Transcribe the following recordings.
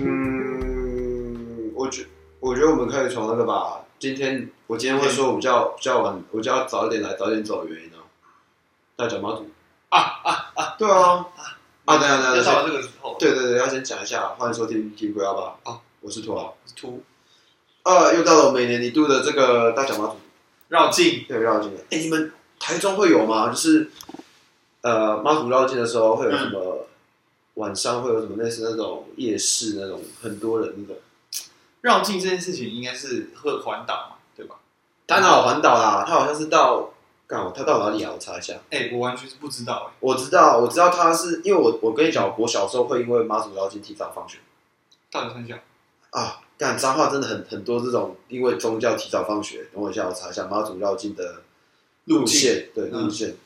嗯，我觉我觉得我们可以从那个吧，今天我今天会说我比较比较晚，我就要早一点来，早一点走的原因呢、大脚猫组啊啊啊！对啊啊！等一下等一下等要一下到，了这个时候，对对对，要先讲一下，欢迎收听《听不要吧》啊，我是土豪。图呃，又到了每年一度的这个大脚猫组绕境，对绕境了。哎、你们台中会有吗？就是呃，妈祖绕境的时候会有什么？晚上会有什么类似那种夜市那种很多人那种？绕境这件事情应该是会环岛嘛，对吧？他哪有环岛啦？他好像是到，干他到哪里啊？我查一下。哎，我完全是不知道哎，我知道，我知道他是因为我，我跟你讲，我小时候会因为妈祖绕境提早放学到底算小？啊。干彰化真的很很多这种，因为宗教提早放学。等我一下，我查一下妈祖绕境的路线，对嗯路线、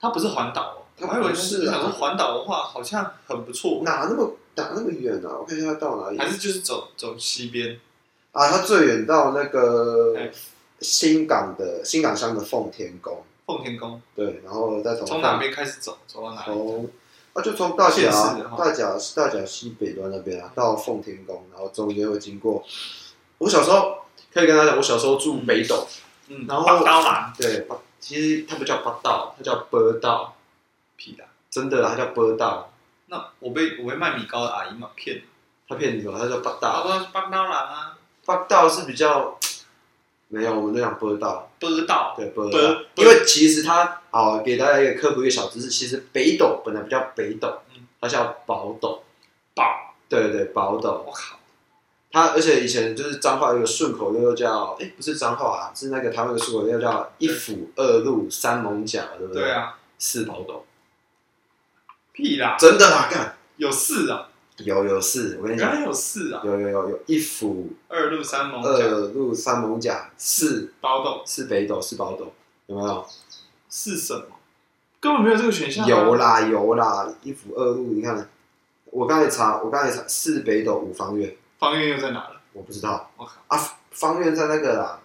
它不是环岛哦，它我还以为不是啊想说环岛的话好像很不错，哪那么哪那么远啊？我看一下到哪里还是就是走走西边，啊？他最远到那个哎新港的新港乡的奉天宫，奉天宫，对，然后再从从哪？边开始走，走到哪里？从啊，就从大甲县市的哈大甲大甲西北端那边啊，到奉天宫，然后中间会经过。我小时候可以跟他讲，我小时候住北斗，嗯，然后拔刀啦，对，其实它不叫八道，它叫波道，屁啦！真的，它叫波道，那我被我被卖米糕的阿姨嘛骗了，他骗你什么？它叫八她道，说拔刀啦啊，八道是比较没有，我们都讲波道，拔刀，对波道波，因为其实它好给大家一个科普一个小知识，其实北斗本来不叫北斗嗯，它叫宝斗，宝，对对对，宝斗。我靠，他而且以前就是彰化有一个顺口溜叫，哎、不是彰化啊，是那个台湾有个顺口溜叫一府二路三艋甲，对不对？对，啊，四宝斗，屁啦，真的啦，干有事啊，有有四，我跟你原来讲，有事啊，有有有有一府二路三艋二甲路三艋甲，四包斗四北斗四宝斗，有没有？是什么？根本没有这个选项、啊。有，啦有啦，一府二路，你看，我刚才查，我刚才查四北斗五方院，方院又在哪了？我不知道我靠，啊，方院在那个啦，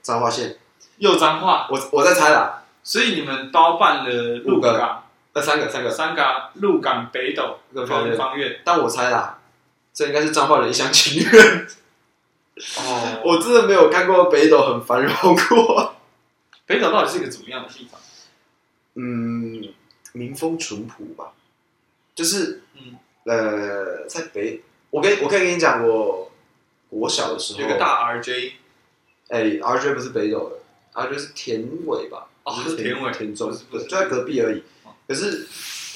彰化县，又脏话。我我在猜啦，所以你们包办了鹿港、那呃三个三个，三港、鹿港、北斗对跟对对方院。但我猜啦，这应该是彰化人一厢情愿。 哦我我真的没有看过北斗很繁荣过。 北斗到底是一个怎么样的地方？嗯，民风淳朴吧，就是嗯，呃，在北，我跟我可以跟你讲，我我小的时候，有个大 RJ 哎，RJ 不是北斗的，RJ 是田尾吧？哦不是田尾田中，不是不是对就在隔壁而已哦。可是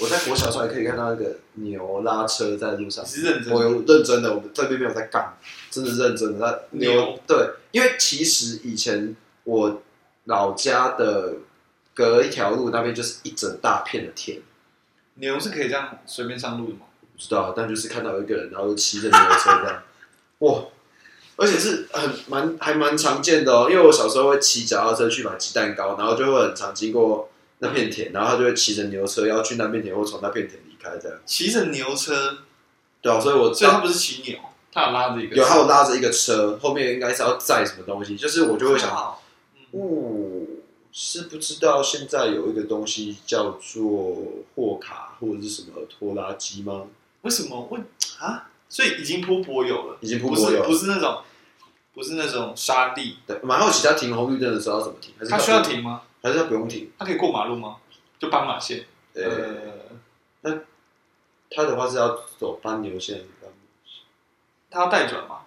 我在国小的时候还可以看到那个牛拉车在路上你，是认真我的，有认真的，我们这边没有在干，真的认真的在牛牛。对，因为其实以前我老家的隔一条路那边就是一整大片的田，牛是可以这样随便上路的吗？不知道，但就是看到有一个人，然后就骑着牛车这样，哇！而且是很蛮还蛮常见的哦，因为我小时候会骑脚踏车去买鸡蛋糕，然后就会很常经过那片田，然后他就会骑着牛车要去那片田或从那片田离开这样。骑着牛车，对啊，所以我所以他不是骑牛，他有拉着一个有还有拉着一个车，后面应该是要载什么东西，就是我就会想，好，嗯哦，是不知道现在有一个东西叫做货卡或者是什么拖拉机吗？为什么问啊？所以已经铺柏油了，已经不不会是有不了。是那种不是那种沙地，对，蛮好奇他停红绿灯的时候要怎么停？还是它需要，停吗？还是他不用停？它可以过马路吗？就斑马线？呃，呃，他的话是要走斑牛线。它要带转吗？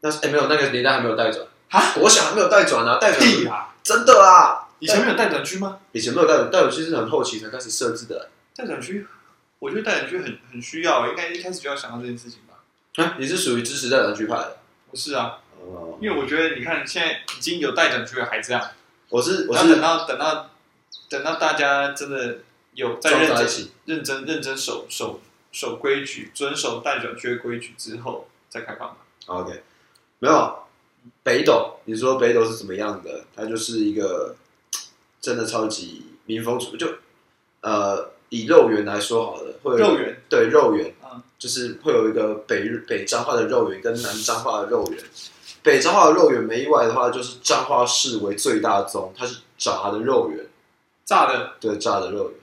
那是哎、没有，那个年代还没有带转啊，我想还没有带转啊，带转屁啦！真的啊，以前没有带转区吗？以前没有带转，带转其实很后期才开始设置的。啊带转区，我觉得带转区很很需要，应该一开始就要想到这件事情吧。啊，你是属于支持带转区派的？不是啊，哦，因为我觉得你看现在已经有带转区了，还这样，我是我然后等是到等到等到大家真的有在撞认在一真起，认真认真守守守规矩，遵守带转区的规矩之后再开放吧。 OK，没有北斗，你说北斗是怎么样的？它就是一个真的超级民风淳，就呃，以肉圆来说好了，会有肉圆对肉圆，嗯就是会有一个北日北彰化的肉圆跟南彰化的肉圆。北彰化的肉圆没意外的话，就是彰化市为最大宗，它是炸的肉圆，炸的，对炸的肉圆。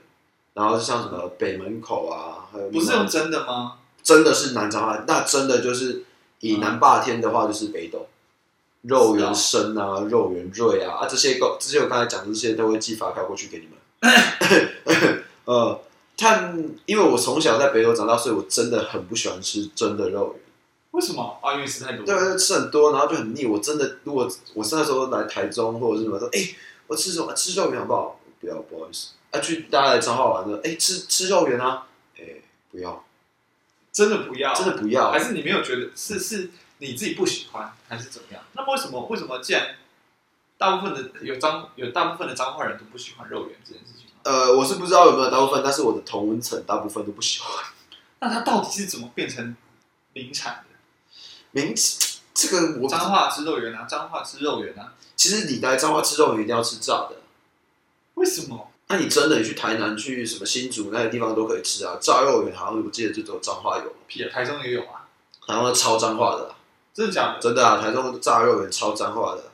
然后就像什么北门口啊，还有不是用真的吗？真的是南彰化，那真的就是以南霸天的话，就是北斗。肉圆生啊，肉圆瑞啊，啊这些个，这些我刚才讲的这些都会寄发票过去给你们。呃，但因为我从小在北斗长大，所以我真的很不喜欢吃真的肉圆。为什么？啊，因为吃太多。对，啊，吃很多，然后就很腻。我真的，如果我那时候来台中或者是什么，说，哎、我吃什么？吃肉圆好不好？不要，不好意思。啊，去大家来彰化玩的，哎、吃吃肉圆啊，哎、不要，真的不要，真的不要还。是你没有觉得是是你自己不喜欢，还是怎么样？那么为什么为什么既然大部分的有脏有大部分的脏话人都不喜欢肉圆这件事情吗？呃，我是不知道有没有大部分，但是我的同温层大部分都不喜欢。那它到底是怎么变成名产的？名这个我脏话吃肉圆啊，脏话吃肉圆啊，其实你来彰化吃肉，你一定要吃炸的。为什么？那你真的你去台南去什么新竹那些地方都可以吃啊，炸肉圆好像我记得就只有彰化有，屁啊，台中也有啊，台湾超彰化的啊、真的假的？真的啊，台中炸肉圆超彰化的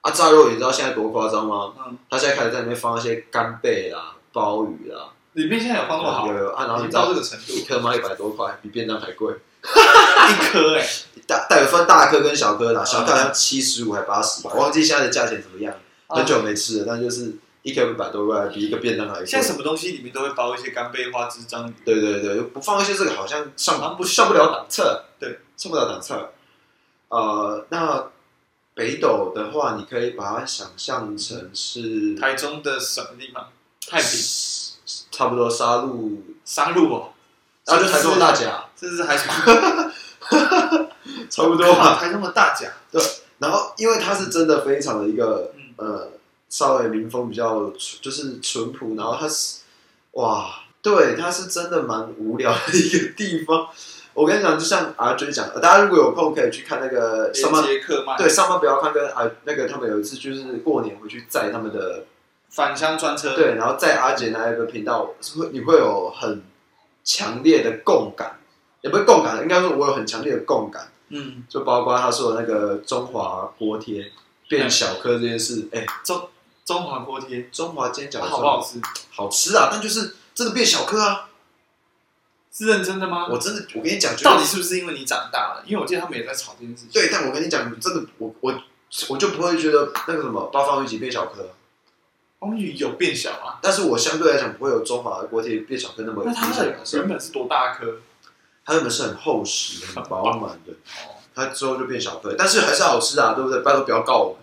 啊，炸肉圆你知道现在多夸张吗？嗯，他现在开始在里面放一些干贝啦、鲍鱼啦，里面现在有放那么好，有有啊，然后已你经知到道这个程度，一颗吗？一百多块，比便当还贵。一颗哎、大大有分大颗跟小颗啦，小颗嗯好像七十五还八十吧，我忘记现在的价钱怎么样，嗯很久没吃了，但就是一颗一百多块，比一个便当还贵。现在什么东西里面都会包一些干贝花枝章鱼，对对对，不放一些这个好像上好像不行上不了档次，对，上不了档次。呃，那北斗的话，你可以把它想象成是台中的什么地方？太平差不多杀戮，沙鹿哦，然后就台中的大甲，这是还是差不多哇，吧。台中的大啊甲，然后因为它是真的非常的一个嗯呃，稍微民风比较淳就是淳朴，然后它是哇，对，它是真的蛮无聊的一个地方。我跟你讲，就像 RJ 讲，呃大家如果有空可以去看那个上班，捷克曼，对上班不要看跟啊那个他们有一次就是过年回去载他们的返乡专车，，对，然后在阿杰那一个频道，是会你会有很强烈的共感，也不是共感，应该说我有很强烈的共感。嗯，就包括他说的那个中华锅贴变小颗这件事，哎、中中华锅贴，中华煎饺它好不好吃？好吃啊，但就是真的变小颗啊！是认真的吗？我真的，我跟你讲，就是到底是不是因为你长大了？因为我记得他们也在吵这件事情。对，但我跟你讲，真的，我我我就不会觉得那个什么八方云集变小颗，啊红宇哦有变小啊，但是我相对来讲不会有中华锅贴变小颗那么那明它显的的感受原。本是多 大颗？它原本是很厚实、很饱满 的，哦，它之后就变小颗，但是还是好吃啊，对不对？拜托不要告我们。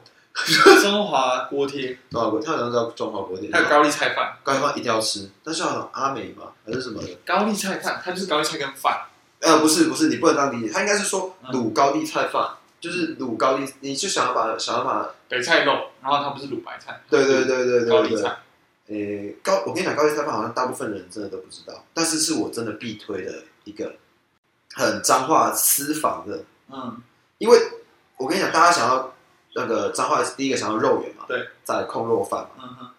中华锅贴，中华锅，他好像叫中华锅贴，还有高丽菜饭，高丽饭一定要吃，但是好像阿美嘛还是什么的，高丽菜饭它就是高丽菜跟饭，呃，不是不是，你不能这样理解，他应该是说嗯卤高丽菜饭，就是卤高丽，你就想要把想要把，北菜肉，然后它不是卤白菜，对对对对高对丽对，菜，诶、高，我跟你讲，高丽菜饭好像大部分人真的都不知道，但是是我真的必推的一个很脏话私房的，嗯，因为我跟你讲，大家想要那个脏话，第一个想要肉圆嘛，对，再来控肉饭嘛，嗯哼，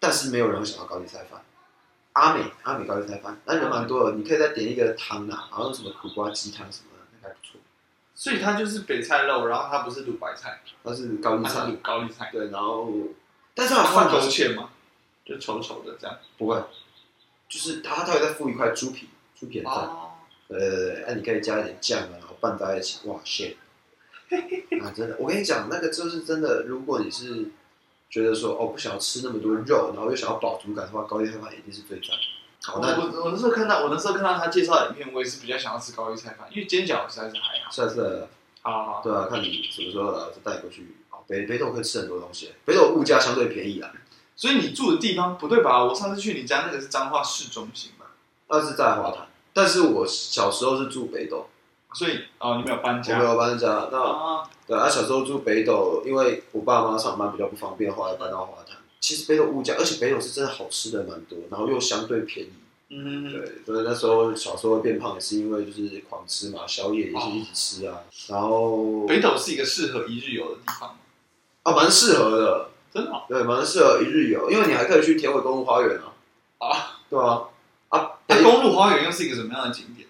但是没有人会想要高丽菜饭。阿美，阿美高丽菜饭，那人蛮多的，你可以再点一个汤啊，好像什么苦瓜鸡汤什么的，那个还不错。所以它就是北菜肉，然后它不是卤白菜，它是高丽它是菜，卤高丽菜，对，然后，但是它它的饭放好勾像芡嘛，就稠稠的这样。不会，就是它它会再附一块猪皮，猪皮的饭，哦，对对对，那、你可以加一点酱啊，然后拌在一起，哇塞！ 啊，真的，我跟你讲，那个就是真的，如果你是觉得说哦不想要吃那么多肉，然后又想要饱足感的话，高丽菜饭一定是最赞。好，我那我哦我那时候看到，我那时候看到他介绍的影片，我也是比较想要吃高丽菜饭，因为煎饺实在是还好。下次啊，对啊，看你什么时候来，我就带你过去。哦，北北斗可以吃很多东西，北斗物价相对便宜啊，所以你住的地方不对吧？我上次去你家那个是彰化市中心吧？那是在华潭，但是我小时候是住北斗。所以哦，你没有搬我家没有搬家，那啊？对啊，小时候住北斗，因为我爸妈上班比较不方便，后来搬到华潭。其实北斗物价，而且北斗是真的好吃的蛮多，然后又相对便宜。嗯，对，所以那时候小时候变胖也是因为就是狂吃嘛，宵夜也是一直吃啊，然后北斗是一个适合一日游的地方吗，啊蛮适合的，真的哦对，蛮适合一日游，因为你还可以去铁尾动物花园啊。啊，对对啊，啊，那北呃公路花园又是一个什么样的景点？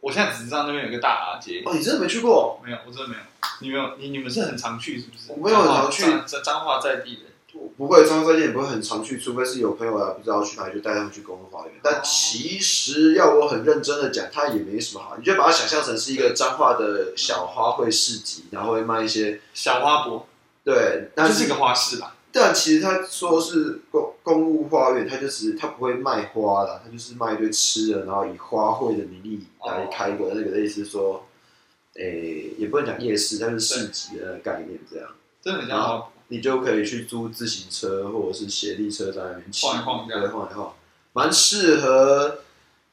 我现在只知道那边有个大阿街，哦，你真的没去过？没有，我真的没有。你没有，你你们是很常去是不是？我没有很常去彰化彰彰化在地的。我不会，中山饭店也不会很常去，除非是有朋友来啊不知道去哪里，就带他们去公共花园。但其实要我很认真的讲，它也没什么好，你就把它想象成是一个彰化的小花卉市集，然后会卖一些小花博，对，但就是是一个花市吧。但其实他说是公公务花园，他就只是他不会卖花啦，他就是卖一堆吃的，然后以花卉的名义来开个那个类似说，诶、也不能讲夜市，但是市集的那个概念这样。真的啊很像花博。你就可以去租自行车或者是斜力车在那边骑晃一晃这样对，晃一晃，蛮适合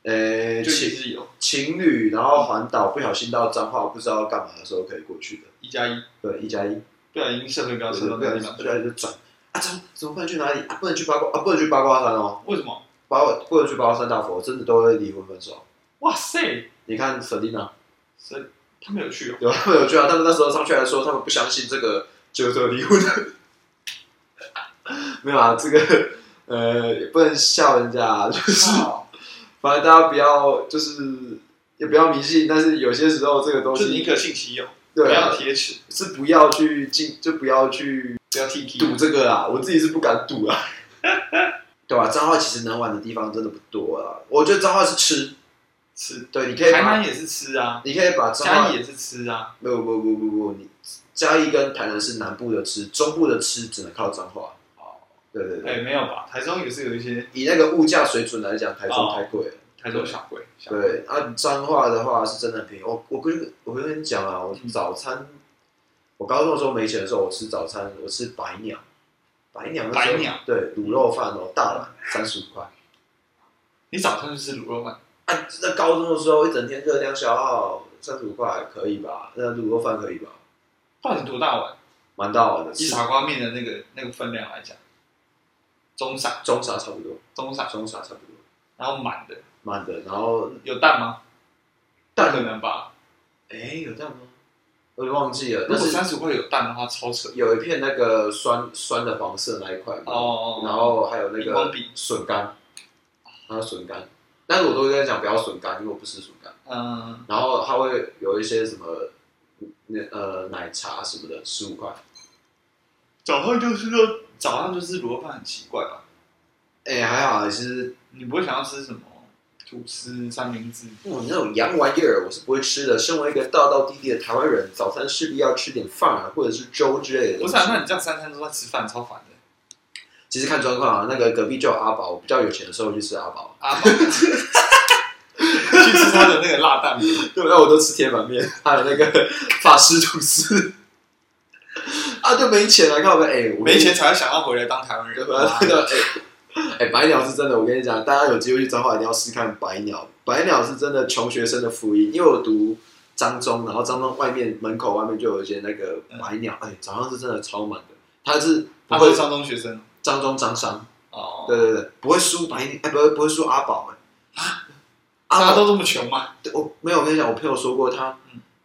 呃就其情实有情侣，然后环岛不小心到彰化不知道干嘛的时候可以过去的。一加一，对，一加一，不小心社会标对签对到不那小心不地方去。小心就转啊，怎么怎么不能去哪里啊？不能去八卦啊，不能去八卦山哦，为什么？八卦不能去八卦山大佛，真的都会离婚分手。哇塞，你看沈丽娜，所以他没有去哦。有他们有去啊，他们那时候上去还说他们不相信这个就是离婚的，没有啊，这个呃也不能笑人家、啊，就是靠反正大家不要就是也不要迷信，但是有些时候这个东就是宁西可信其有，不对啊要，贴齿，是不要去进，就不要去不要 T T。赌这个啊，我自己是不敢赌啊，对吧、彰化其实能玩的地方真的不多啊，我觉得彰化是吃，吃，对，你可以台把南也是吃啊，你可以把彰嘉化义也是吃啊，不不不不不，你嘉义跟台南是南部的吃，中部的吃只能靠彰化。哦对对对，哎没有吧？台中也是有一些以那个物价水准来讲，台中哦太贵了。台中小贵，小贵对，啊，彰化的话是真的很便宜。我我跟我跟你讲啊，我嗯早餐，我高中的时候没钱的时候，我吃早餐我吃白鸟，白鸟那时候白鸟对卤肉饭哦，大碗三十五块。你早上就吃卤肉饭，啊，那高中的时候一整天热量消耗三十五块可以吧？那卤肉饭可以吧？到底多大碗？蛮大碗的，以是傻瓜面的那个那个分量来讲，中傻中茶差不多，中傻，中茶差不多，然后满的满的，然后有蛋吗？不蛋可能吧？哎、有蛋吗？我忘记了，如但果是三十块有蛋的话，超扯有一片那个酸酸的黄色那一块嘛，哦。然后还有那荧个光笔笋干，还有笋干，但是我都会跟他讲不要笋干，因为我不吃笋干。嗯，然后他会有一些什么那呃奶茶什么的，十五块。早上就是说早上就是卤肉饭很奇怪吧？哎、还好，其实你不会想要吃什么吐司三明治？我嗯那种洋玩意儿我是不会吃的。身为一个道道地地的台湾人，早餐势必要吃点饭啊，或者是粥之类的东不西。是啊，那你这样三餐都在吃饭，超烦的。其实看状况啊，那个隔壁就有阿宝，我比较有钱的时候就吃阿宝， 阿宝啊去吃他的那个辣蛋饼，对，哎那我都吃铁板面，还有那个法式吐司。啊，就没钱了，看我们哎、我 没钱才会想要回来当台湾人。啊那个哎哎，白鸟是真的，我跟你讲，大家有机会去彰化一定要试看白鸟。白鸟是真的穷学生的福音，因为我读彰中，然后彰中外面门口外面就有一些那个白鸟，哎，早上是真的超满的。它是不他会是上中学生彰中彰商，哦，对对对，不会输白鸟，哎，不会不会输阿宝哎。阿大家宝都这么穷吗？我没有，我跟你讲，我朋友说过他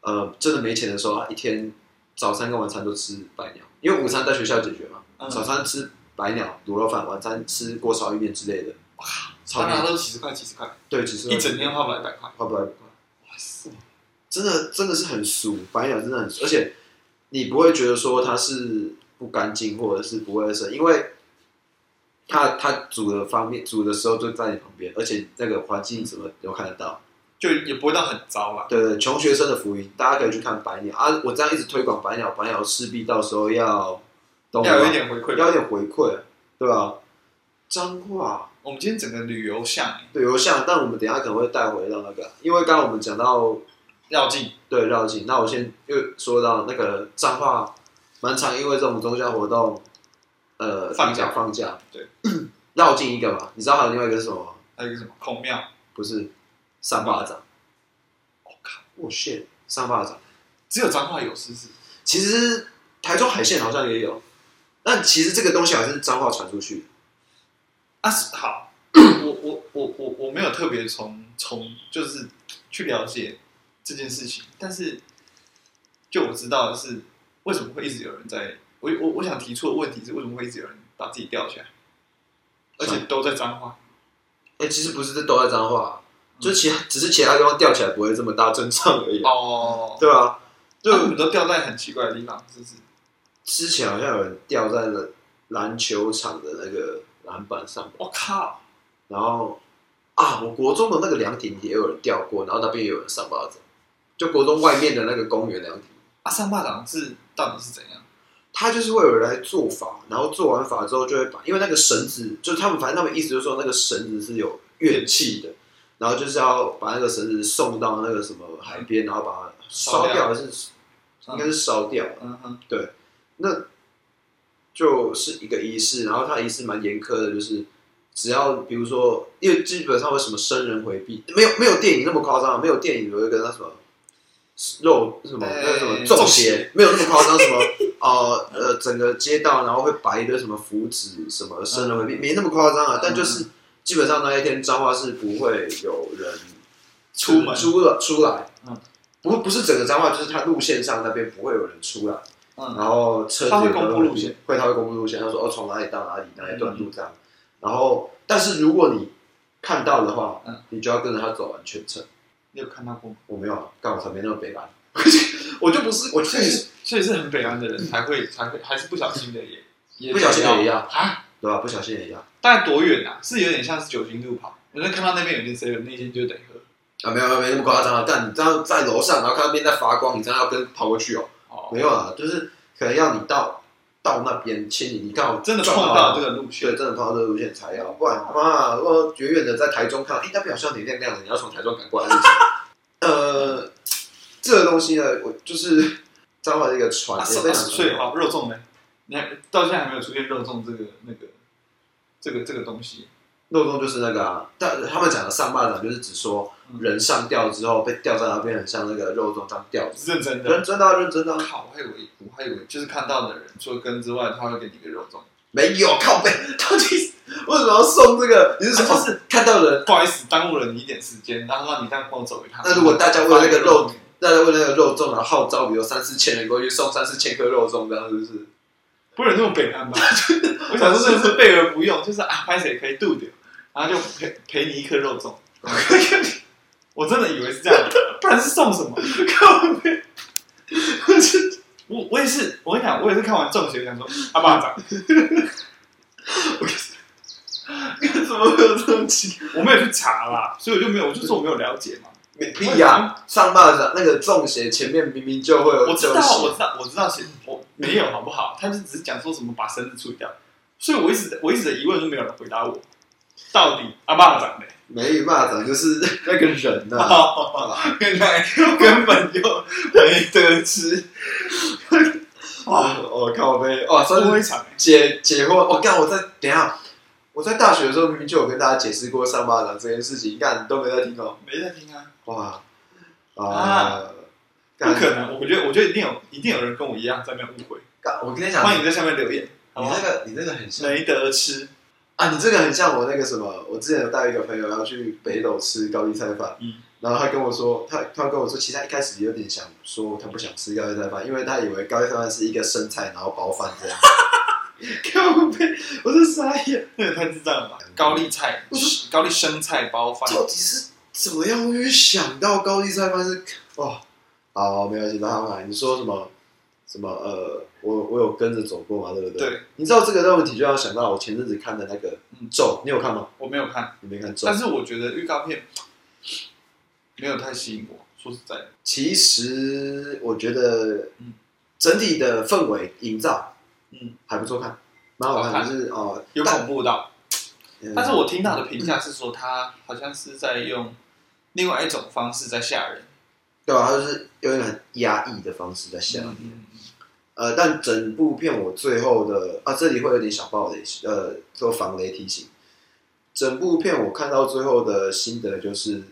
嗯，呃，真的没钱的时候，他一天早餐跟晚餐都吃白鸟，因为午餐在学校解决嘛，嗯早餐吃白鸟卤肉饭，晚餐吃锅烧意面之类的，哇，超大家难，都几十块，几十块，对，只是一整天花不了一百块。花不来，哇塞！真的真的是很俗，白鸟真的很俗，而且你不会觉得说它是不干净或者是不卫生，因为它它煮的方面煮的时候就在你旁边，而且那个环境什么都看得到。就也不会到很糟啦。对对，穷学生的福音，大家可以去看白鸟啊！我这样一直推广白鸟，白鸟势必到时候要，懂吗要有一点回馈吧。要有点回馈，对吧？脏话我们今天整个旅游项欸对，有像，但我们等一下可能会带回到那个，因为刚刚我们讲到绕境，对绕境，那我先又说到那个脏话，蛮常因为这种宗教活动，呃，放假放假，对， 绕境一个嘛，你知道还有另外一个是什么吗？还有一个什么孔庙，不是三巴掌，哦我、靠，我、shit，三巴掌。只有彰化有是不是？其实台中海线好像也有，但其实这个东西好像是彰化传出去的。啊，是好，我我我我我没有特别从从就是去了解这件事情，但是就我知道的是为什么会一直有人在，我我我想提出的问题是为什么会一直有人把自己吊起来，而且都在彰化，哎、其实不是都在彰化，就其他只是其他地方吊起来不会这么大阵仗而已，哦，对啊，就就我们都掉在很奇怪的地方，是不是？之前好像有人吊在了篮球场的那个篮板上吧，我靠，然后啊，我国中的那个凉亭也有人吊过，然后那边也有人上巴掌，就国中外面的那个公园凉亭，啊，上巴掌是到底是怎样？他就是会有人来做法，然后做完法之后就会把，因为那个绳子，就是他们反正他们意思就是说那个绳子是有乐器的，然后就是要把那个绳子送到那个什么海边，然后把它烧掉还是应该是烧掉，嗯哼，那就是一个仪式，然后它仪式蛮严苛的，就是只要比如说，因为基本上为什么生人回避，没有没有电影那么夸张，没有电影有一个那什么肉什么哎那个什么中邪中邪，没有那么夸张，什么呃呃整个街道然后会摆一堆什么符纸什么生人回避，没那么夸张啊，但就是基本上那一天彰化是不会有人出门出了出来，嗯不不是整个彰化，就是它路线上那边不会有人出来。嗯，然后车子他会公布路线，会他会公布路线，他说哦从哪里到哪里哪一段路这样。然后，但是如果你看到的话，嗯你就要跟着他走完全程。你有看到过吗？我没有啊，干我才没那么北蓝， 我就不是，我就所以是所以是很北岸的人才会才会还是不小心的也也不小心也一样啊，对吧？不小心也一样大概多远啊？是有点像是酒精路跑，我能看到那边有间 seven，那间就得喝。啊，没有没有没那么夸张啊。但你这样在楼上，然后看到边在发光，你这样要跟跑过去哦，哦，没有啊，就是可能要你到到那边亲你，你刚好真的碰撞到这个路对，线，真的碰到这个路线才要，不然妈，如果远远的在台中看到，哎、那边好像你亮亮的，你要从台中赶过来是 不是。呃，这个东西呢，我就是 彰化的一个传，啊，也手非二常十岁哦，肉粽呢？你还到现在还没有出现肉粽这个那个这个这个东西，肉粽就是那个、啊，但他们讲的上半场就是只说嗯人上吊之后被吊在那边，很像那个肉粽这样吊着。是认真的。认真的啊、认真的啊、靠，我还以为我还以为就是看到的人除了根之外，他会给你一个肉粽。没有靠背，到底是为什么要送这个？你是说、啊是看到人？不好意思，耽误了你一点时间，然后让你这样跟我走一趟。那如果大家为了那个肉发一个，大家为了那个肉粽，然后号召，比如三四千人过去送三四千颗肉粽，这样是不是？ 不能这么北 岸吧？我想说，真的是备而不用，就是啊，拍谁可以度掉，然后就赔赔你一颗肉 粽。我真的以为是这样，不然是送什么？靠背 我我也是，我跟你讲，我也是看完中邪，想说阿爸 长，怎么会有这种奇？ 我没有去查啦，所以我就没有，我就说我没有了解嘛。没屁呀、上半场那个中邪前面明明就会有我知中道，我邪，知道，我知道，其实我没有，好不好？他就只是讲说什么把绳子处理掉，所以我一直我一直的疑问都没有人回答我，到底阿爸长的、没骂掌就是 那个人呐、 啊。哦， 原来根本就没得吃， 哇，我哦靠呗，哇，真不的会场、解解惑！我干，我在等一下，我在大学的时候明明就有跟大家解释过上巴掌这件事情，干你都没在听哦。没在听啊，哇啊，干不可能，我觉得我觉得一定有一定有人跟我一样在那边误会，干！我跟你讲，欢你迎在下面留言，好不那好？个你那个很像没得吃，啊，你这个很像我那个什么，我之前有带一个朋友要去北斗吃高丽菜饭，嗯然后他跟我说，他他跟我说，其实他一开始有点想说他不想吃高丽菜饭，因为他以为高丽菜饭是一个生菜然后包饭这样。 靠背，我是傻眼，那也太智障了吧！高丽菜，高丽生菜包饭，到底是怎么样会想到高丽菜饭是哇？好，没关系，拉回来。你说什么？什么？呃，我我有跟着走过嘛，对不对？对。你知道这个问题，就让我想到我前阵子看的那个嗯咒，你有看吗？我没有看。你没看咒但？是我觉得预告片 没有太吸引我，说实在的，其实我觉得嗯，整体的氛围营造，嗯，还不错看，蛮好看好的，看就是哦，有恐怖嗯到。但是我听到的评价是说，他好像是在用另外一种方式在吓人。对吧、啊？就是用一个很压抑的方式在想，嗯呃，但整部片我最后的啊，这里会有点小暴雷，呃，做防雷提醒。整部片我看到最后的心得就是，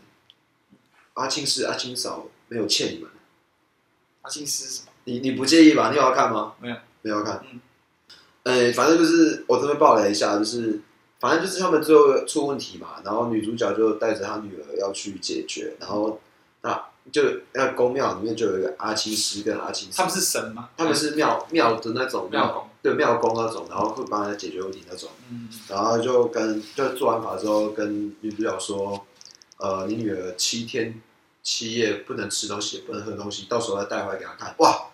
阿青是阿青嫂没有欠你们，阿信是什么？你你不介意吧？你有要看吗？没有，没有要看。嗯呃，反正就是我这边爆雷一下，就是反正就是他们最后出问题嘛，然后女主角就带着她女儿要去解决，然后那就那宫庙里面就有一个阿七师跟阿七师他，们是神吗？他们是庙庙的那种庙庙公。对庙公那种，然后会帮人家解决问题那种。嗯，然后就跟就做完法之后，跟女主角说，呃，你女儿七天七夜不能吃东西，也不能喝东西，到时候再带回来给她看。哇，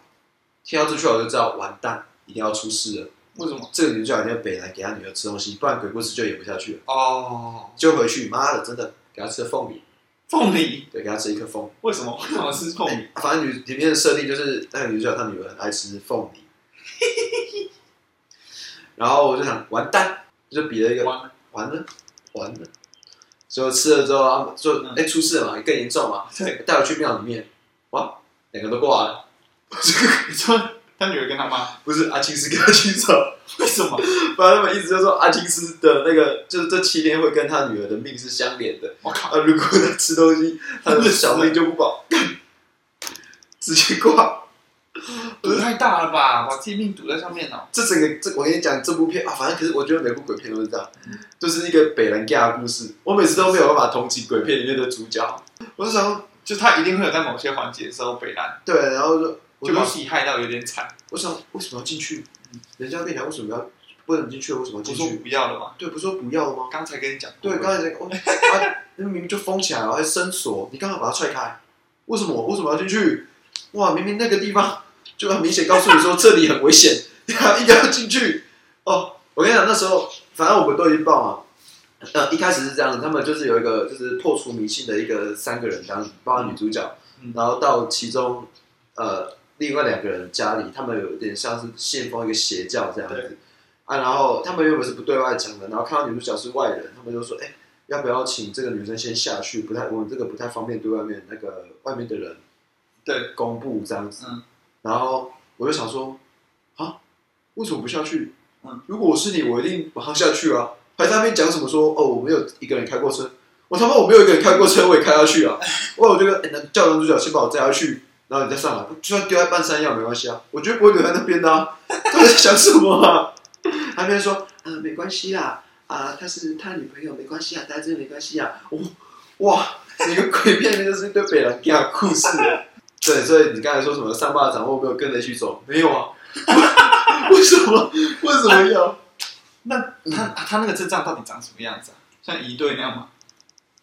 听到这句话我就知道完蛋，一定要出事了。为什么？这个女主角一定要北来给她女儿吃东西，不然鬼故事就演不下去了。哦，就回去，妈的，真的给她吃凤梨，凤梨对，给她吃一颗凤梨。为什么？为什么是凤梨？反正女里面的设定就是那个女主角她女儿很爱吃凤梨，然后我就想完蛋，就比了一个完了，完了，完了。所以吃了之后啊，就嗯哎、出事了嘛，更严重嘛，对，带我去庙里面，哇，两个都挂了， 你说他女儿跟他妈，不是阿青师跟阿青嫂，为什么？反正他们一直就说阿青师的那个，就是这七天会跟他女儿的命是相连的，我靠，啊，如果他吃东西，他的小命就不保，直接挂。赌太大了吧，把自己命赌在上面哦了。这整个这我跟你讲，这部片啊，反正可是我觉得每部鬼片都是这样，就是一个北兰架的故事，我每次都没有办法同情鬼片里面的主角，我就想说就他一定会有在某些环节的时候被烂，对，然后就我就就把自己害到有点惨。我想为什么要进去？人家跟你讲为什么要不能进去，为什么要我进说去？不要了嘛，对，不是说不要吗？刚才跟你讲过对，了，刚才在哦，啊，那明明就封起来了，还伸锁，你刚好把它踹开，为什么我为什么要进去？哇，明明那个地方就很明显告诉你说这里很危险， 你还硬要进去。哦，我跟你讲，那时候反正我们都已经报嘛。呃，一开始是这样，他们就是有一个就是破除迷信的一个三个人这样子，包括女主角，嗯然后到其中呃另外两个人家里，他们有点像是信奉一个邪教这样子对啊，然后他们原本是不对外讲的，然后看到女主角是外人，他们就说，哎、要不要请这个女生先下去？不太，我们这个不太方便对外面那个外面的人对公布这样子。嗯然后我就想说，啊，为什么不下去？嗯如果我是你，我一定马上下去啊！还在那边讲什么说，哦，我没有一个人开过车，我他妈我没有一个人开过车，我也开下去啊！哇，我觉得、哎那叫男主角先把我载下去，然后你再上来，就算丢在半山腰没关系啊，我绝对不会留在那边的、啊。他在想什么啊？ 他那边说，啊、没关系啦，啊、他是他女朋友，没关系啊，大家真的没关系啊。我、哇，整个鬼片里面就是一堆北兰给的故事。 对，所以你刚才说什么三巴掌，我有没有跟着一起走？没有啊。 为什么？为什么要？那他嗯他那个阵仗到底长什么样子啊？像一队那样吗？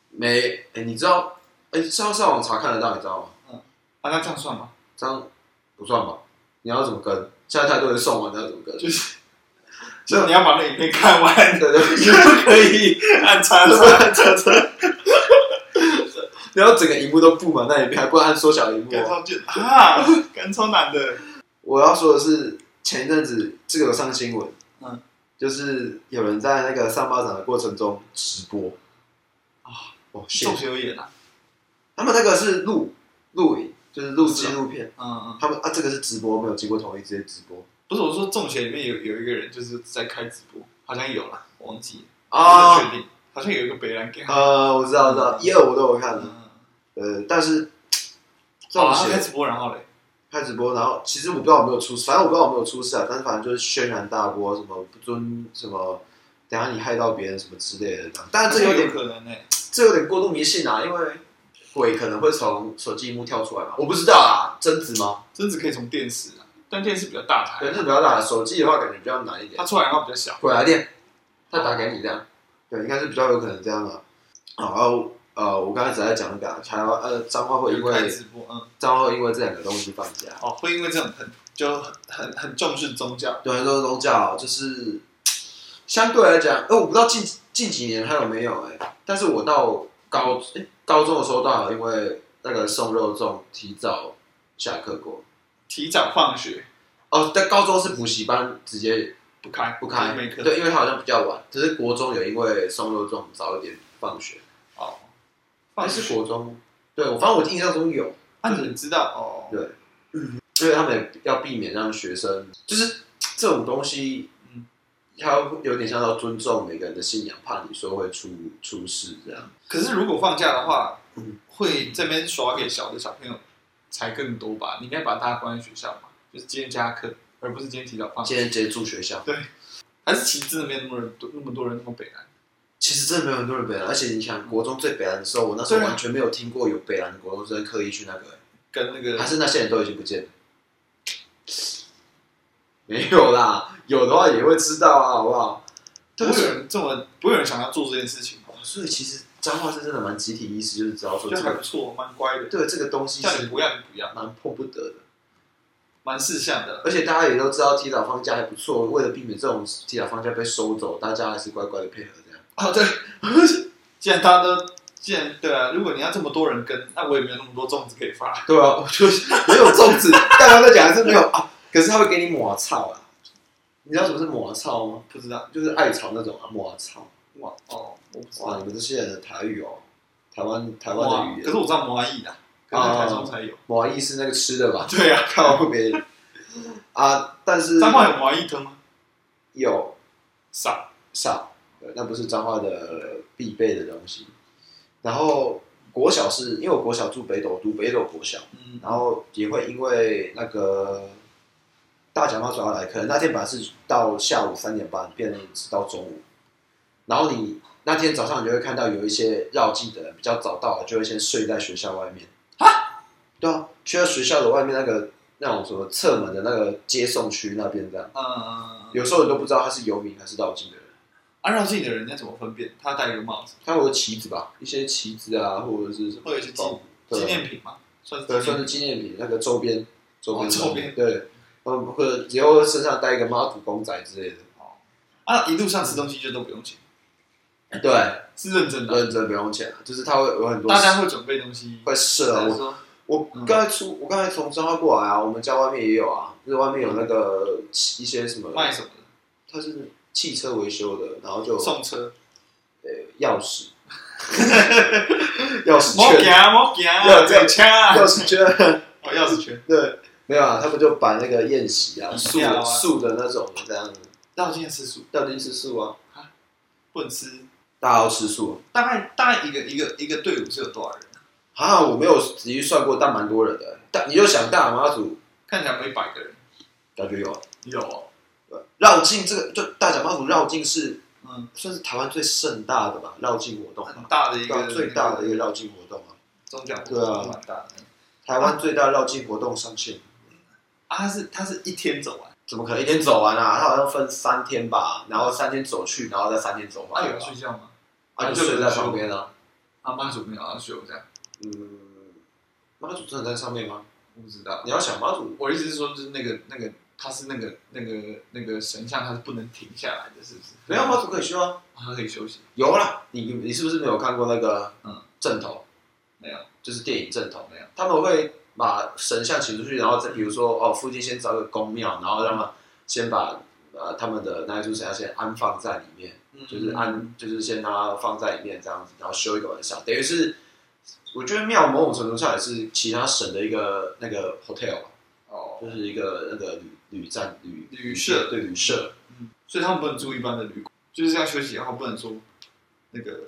没，哎、你知道，哎、是要上网查看得到，你知道吗？啊，那这样算吗？这样不算吧？你要怎么跟？现在太多人送了，你要怎么跟？就是，就是你要把那影片看完， 对对对，你不可以按叉叉。 你要整个荧幕都布满那一边，还不按缩小荧幕、干啊。超就啊，干超难的。我要说的是，前一阵子这个有上新闻，嗯，就是有人在那个上巴掌的过程中直播啊，哦，宋学友演的，他们那个是录录影，就是录纪录片。嗯嗯，他们啊，这个是直播，没有经过同意直接直播不是我说中学里面有有一个人就是在开直播，好像有啦，我忘记了，不啊。确定，好像有一个北兰给他，呃，我知道，我知道，一二我都有看的。嗯，呃，但是这好种啊，他开写直播然后嘞，开直播，然后其实我不知道有没有出事，反正我不知道有没有出事啊。但是反正就是轩然大波，什么不尊什么，等下你害到别人什么之类的。但是这有有点可能呢，这有点过度迷信啊，因为鬼可能会从手机荧幕跳出来嘛，我不知道啊，贞子吗？贞子可以从电视啊，但电视比较大台，对，那比较大，手机的话感觉比较难一点它。出来然后比较小，回来电，他打给你这样，对，应该是比较有可能这样啊的。好，然后呃，我刚才只在讲那个啊台湾呃彰化会因开为直播，嗯，彰化会因为这两个东西放假，哦，会因为这种很就很很很重视宗教，对，都是宗教，就是相对来讲，呃，我不知道近近几年还有没有哎、但是我到高诶高中的时候，倒好因为那个送肉粽提早下课过。提早放学哦，在高中是补习班直接不开不开，没课，对，因为它好像比较晚，只是国中有因为送肉粽早一点放学。哦，还放是学，国中，对我反正我印象中有，啊，你知道哦，对因为他们也要避免让学生，就是这种东西，嗯要有点像要尊重每个人的信仰，怕你说会出出事这样。可是如果放假的话嗯，会这边耍给小的小朋友才更多吧？你应该把大家关在学校嘛，就是今天加课，而不是今天提早放。今天直接住学校，还是旗帜那边那么人多，那么多人那么北来，其实真的没有很多人北兰，而且你想国中最北兰的时候，我那时候对啊完全没有听过有北兰的国中生刻意去那个、跟那还个是那些人都已经不见了？没有啦，有的话也会知道啊，好不好？不会有人这么不会有人想要做这件事情吧？所以其实彰化是真的蛮集体意识，就是知道说就这还个不错，蛮乖的，对这个东西叫你是不要你不要，蛮迫不得的，蛮事项的。而且大家也都知道提早放假还不错，为了避免这种提早放假被收走，大家还是乖乖的配合这样。哦，对， 既然大家都既然对啊，如果你要这么多人跟，那我也没有那么多粽子可以发。对啊，我就是没有粽子，大家都讲还是没有啊，可是他会给你抹草啊，你知道什么是抹草吗？不知道就是艾草那种啊，抹草。哇哦，我不知哇，道你们这些人的台语哦，台湾台哇湾的语，可言是，我知道摩阿意啊，可能台中才有。摩意是那个吃的吧？对啊，靠别啊，但是彰化有摩阿意藤吗？有少，少，对那不是彰化的必备的东西。然后国小是因为我国小住北斗，读北斗国小，嗯，然后也会因为那个大甲妈抓来，可能那天本来是到下午三点半，变成直到中午。然后你那天早上，你就会看到有一些绕境的人比较早到的，就会先睡在学校外面。啊？对啊，去到学校的外面那个那种什么侧门的那个接送区那边这样，嗯，有时候你都不知道他是游民还是绕境的人。按照自啊己的人，你要怎么分辨？他戴一个帽子，看我的旗子吧，一些旗子啊，或者是什么，会有一些纪纪念品吗？算是哦对，纪算是念纪念品，那个周边，周边，哦周边对，嗯，或者以后身上带一个妈祖公仔之类的，啊，一路上吃东西就都不用钱，对，是认真的。认真不用钱啊，就是他会有很多，大家会嗯准备东西，会设啊，还是我说我刚才出，我刚才从彰化过来啊，我们家外面也有啊，就是外面有那个一些什么，嗯卖什么的，它是汽车维修的，然后就送车，呃钥匙， 钥匙莫圈，行莫行，要这样枪啊，钥匙圈。哦，钥匙圈，对，没有啊，他们就把那个宴席啊，嗯素料的啊素的那种这样子，绕境吃素，到底是素啊？不能吃。大家都吃素大概大概一个一个一个队伍是有多少人？啊？我没有仔细算过，但蛮多人的。但你就想大妈祖，看起来没一百个人，感觉有啊有哦，对绕境这个，就大甲妈祖绕境是嗯，算是台湾最盛大的吧，绕境活动很吧，大的一对啊个最大的一个绕境活动啊。宗教活对啊动，蛮大的。台湾最大绕境活动上线，啊，它是它是一天走完，怎么可能一天走完啊？它好像分三天吧，然后三天走去，然后再三天走回啊，来有人吧。睡觉吗？啊，你就睡在旁边啊。啊，妈祖没有要睡我这样，嗯，妈祖真的在上面吗？我不知道。你要想妈祖，我的意思是说，就是那个那个，它是那个那个那个神像，它是不能停下来的，是不是？没有妈祖可以去吗？它可以休息，有啦，你你是不是没有看过那个嗯正头？没有就是电影正头，没有，他们会把神像请出去，然后再比如说哦，附近先找个宫庙，然后让他们先把呃他们的那一尊神像先安放在里面，嗯就是啊安就是先让它放在里面这样子，然后休一个晚上，等于是我觉得庙某种程度上也是其他省的一个那个 hotel 吧，哦就，是一个那个旅旅站旅旅社对旅社。所以他们不能住一般的旅馆，就是要休息，然后不能说那个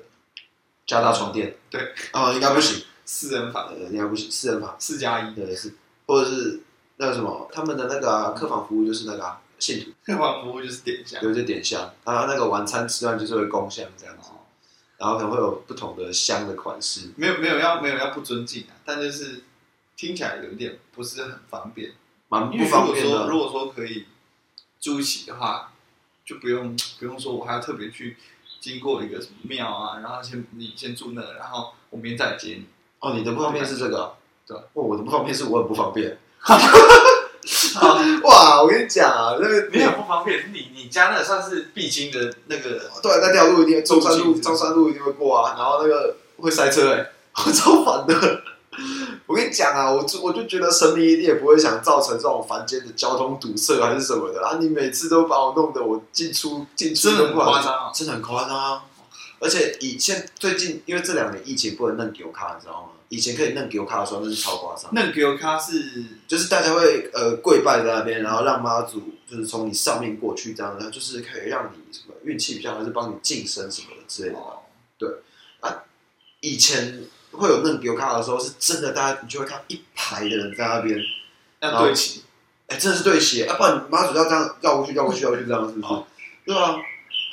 加大床垫，对，哦，应该不行，四人呃房，应该不行，四人房，四加一，对是，或者是那个什么，他们的那个啊、客房服务就是那个、啊、信徒，客房服务就是点一下。有一些点香，啊，那个晚餐吃完就是会供香这样子，哦然后可能会有不同的香的款式，没有没有要没有要不尊敬啊，但就是听起来有一点不是很方便。蛮不因为如方果便说的。如果说可以住一起的话，就不用不用说我还要特别去经过一个什么庙啊，然后先你先住那，然后我明天再来接你。哦，你的不方便是这个啊，对哦，我的不方便是我很不方 便。 哇，我跟你讲啊，那个没有不方便，你你家那算是必经的哦那个，对，那条路一定中山路路，径中山路一定会过啊，然后那个会塞车哎、 我超烦的。我跟你讲啊，我就我就觉得神明一定也不会想造成这种凡间的交通堵塞还是什么的啊！你每次都把我弄得我进出进出真的都很不好夸张啊！真的很夸张啊！而且以前最近因为这两年疫情不能弄丢卡，你知道吗？以前可以弄丢卡的时候，那是超夸张。那给我咖是就是大家会呃跪拜在那边，然后让妈祖就是从你上面过去，这样，然后就是可以让你什么运气比较好，还是帮你晋升什么的之类的。啊哦，以前会有弄丢卡的时候，是真的，大家你就会看一排的人在那边，要对齐，哎、真的是对斜，啊，不然妈祖要这样绕过去、绕过去、绕过去这样，是不是哦？对啊，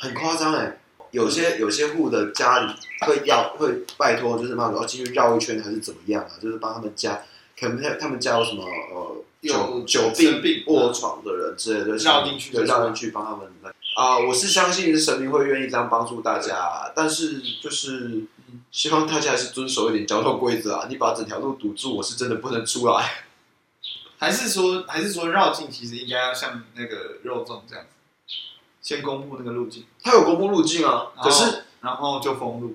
很夸张哎。有些有些户的家里会要会拜托，就是妈说哦进去绕一圈还是怎么样啊，就是帮他们家，可能他他们家有什么呃久有久病生病卧床的人之类的，绕进去对，绕进去帮他们来啊、我是相信神明会愿意这样帮助大家，啊但是就是嗯希望大家还是遵守一点交通规则啊，你把整条路堵住，我是真的不能出来。还是说还是说绕境其实应该要像那个肉粽这样子，先公布那个路径，他有公布路径啊，然后可是然后就封路，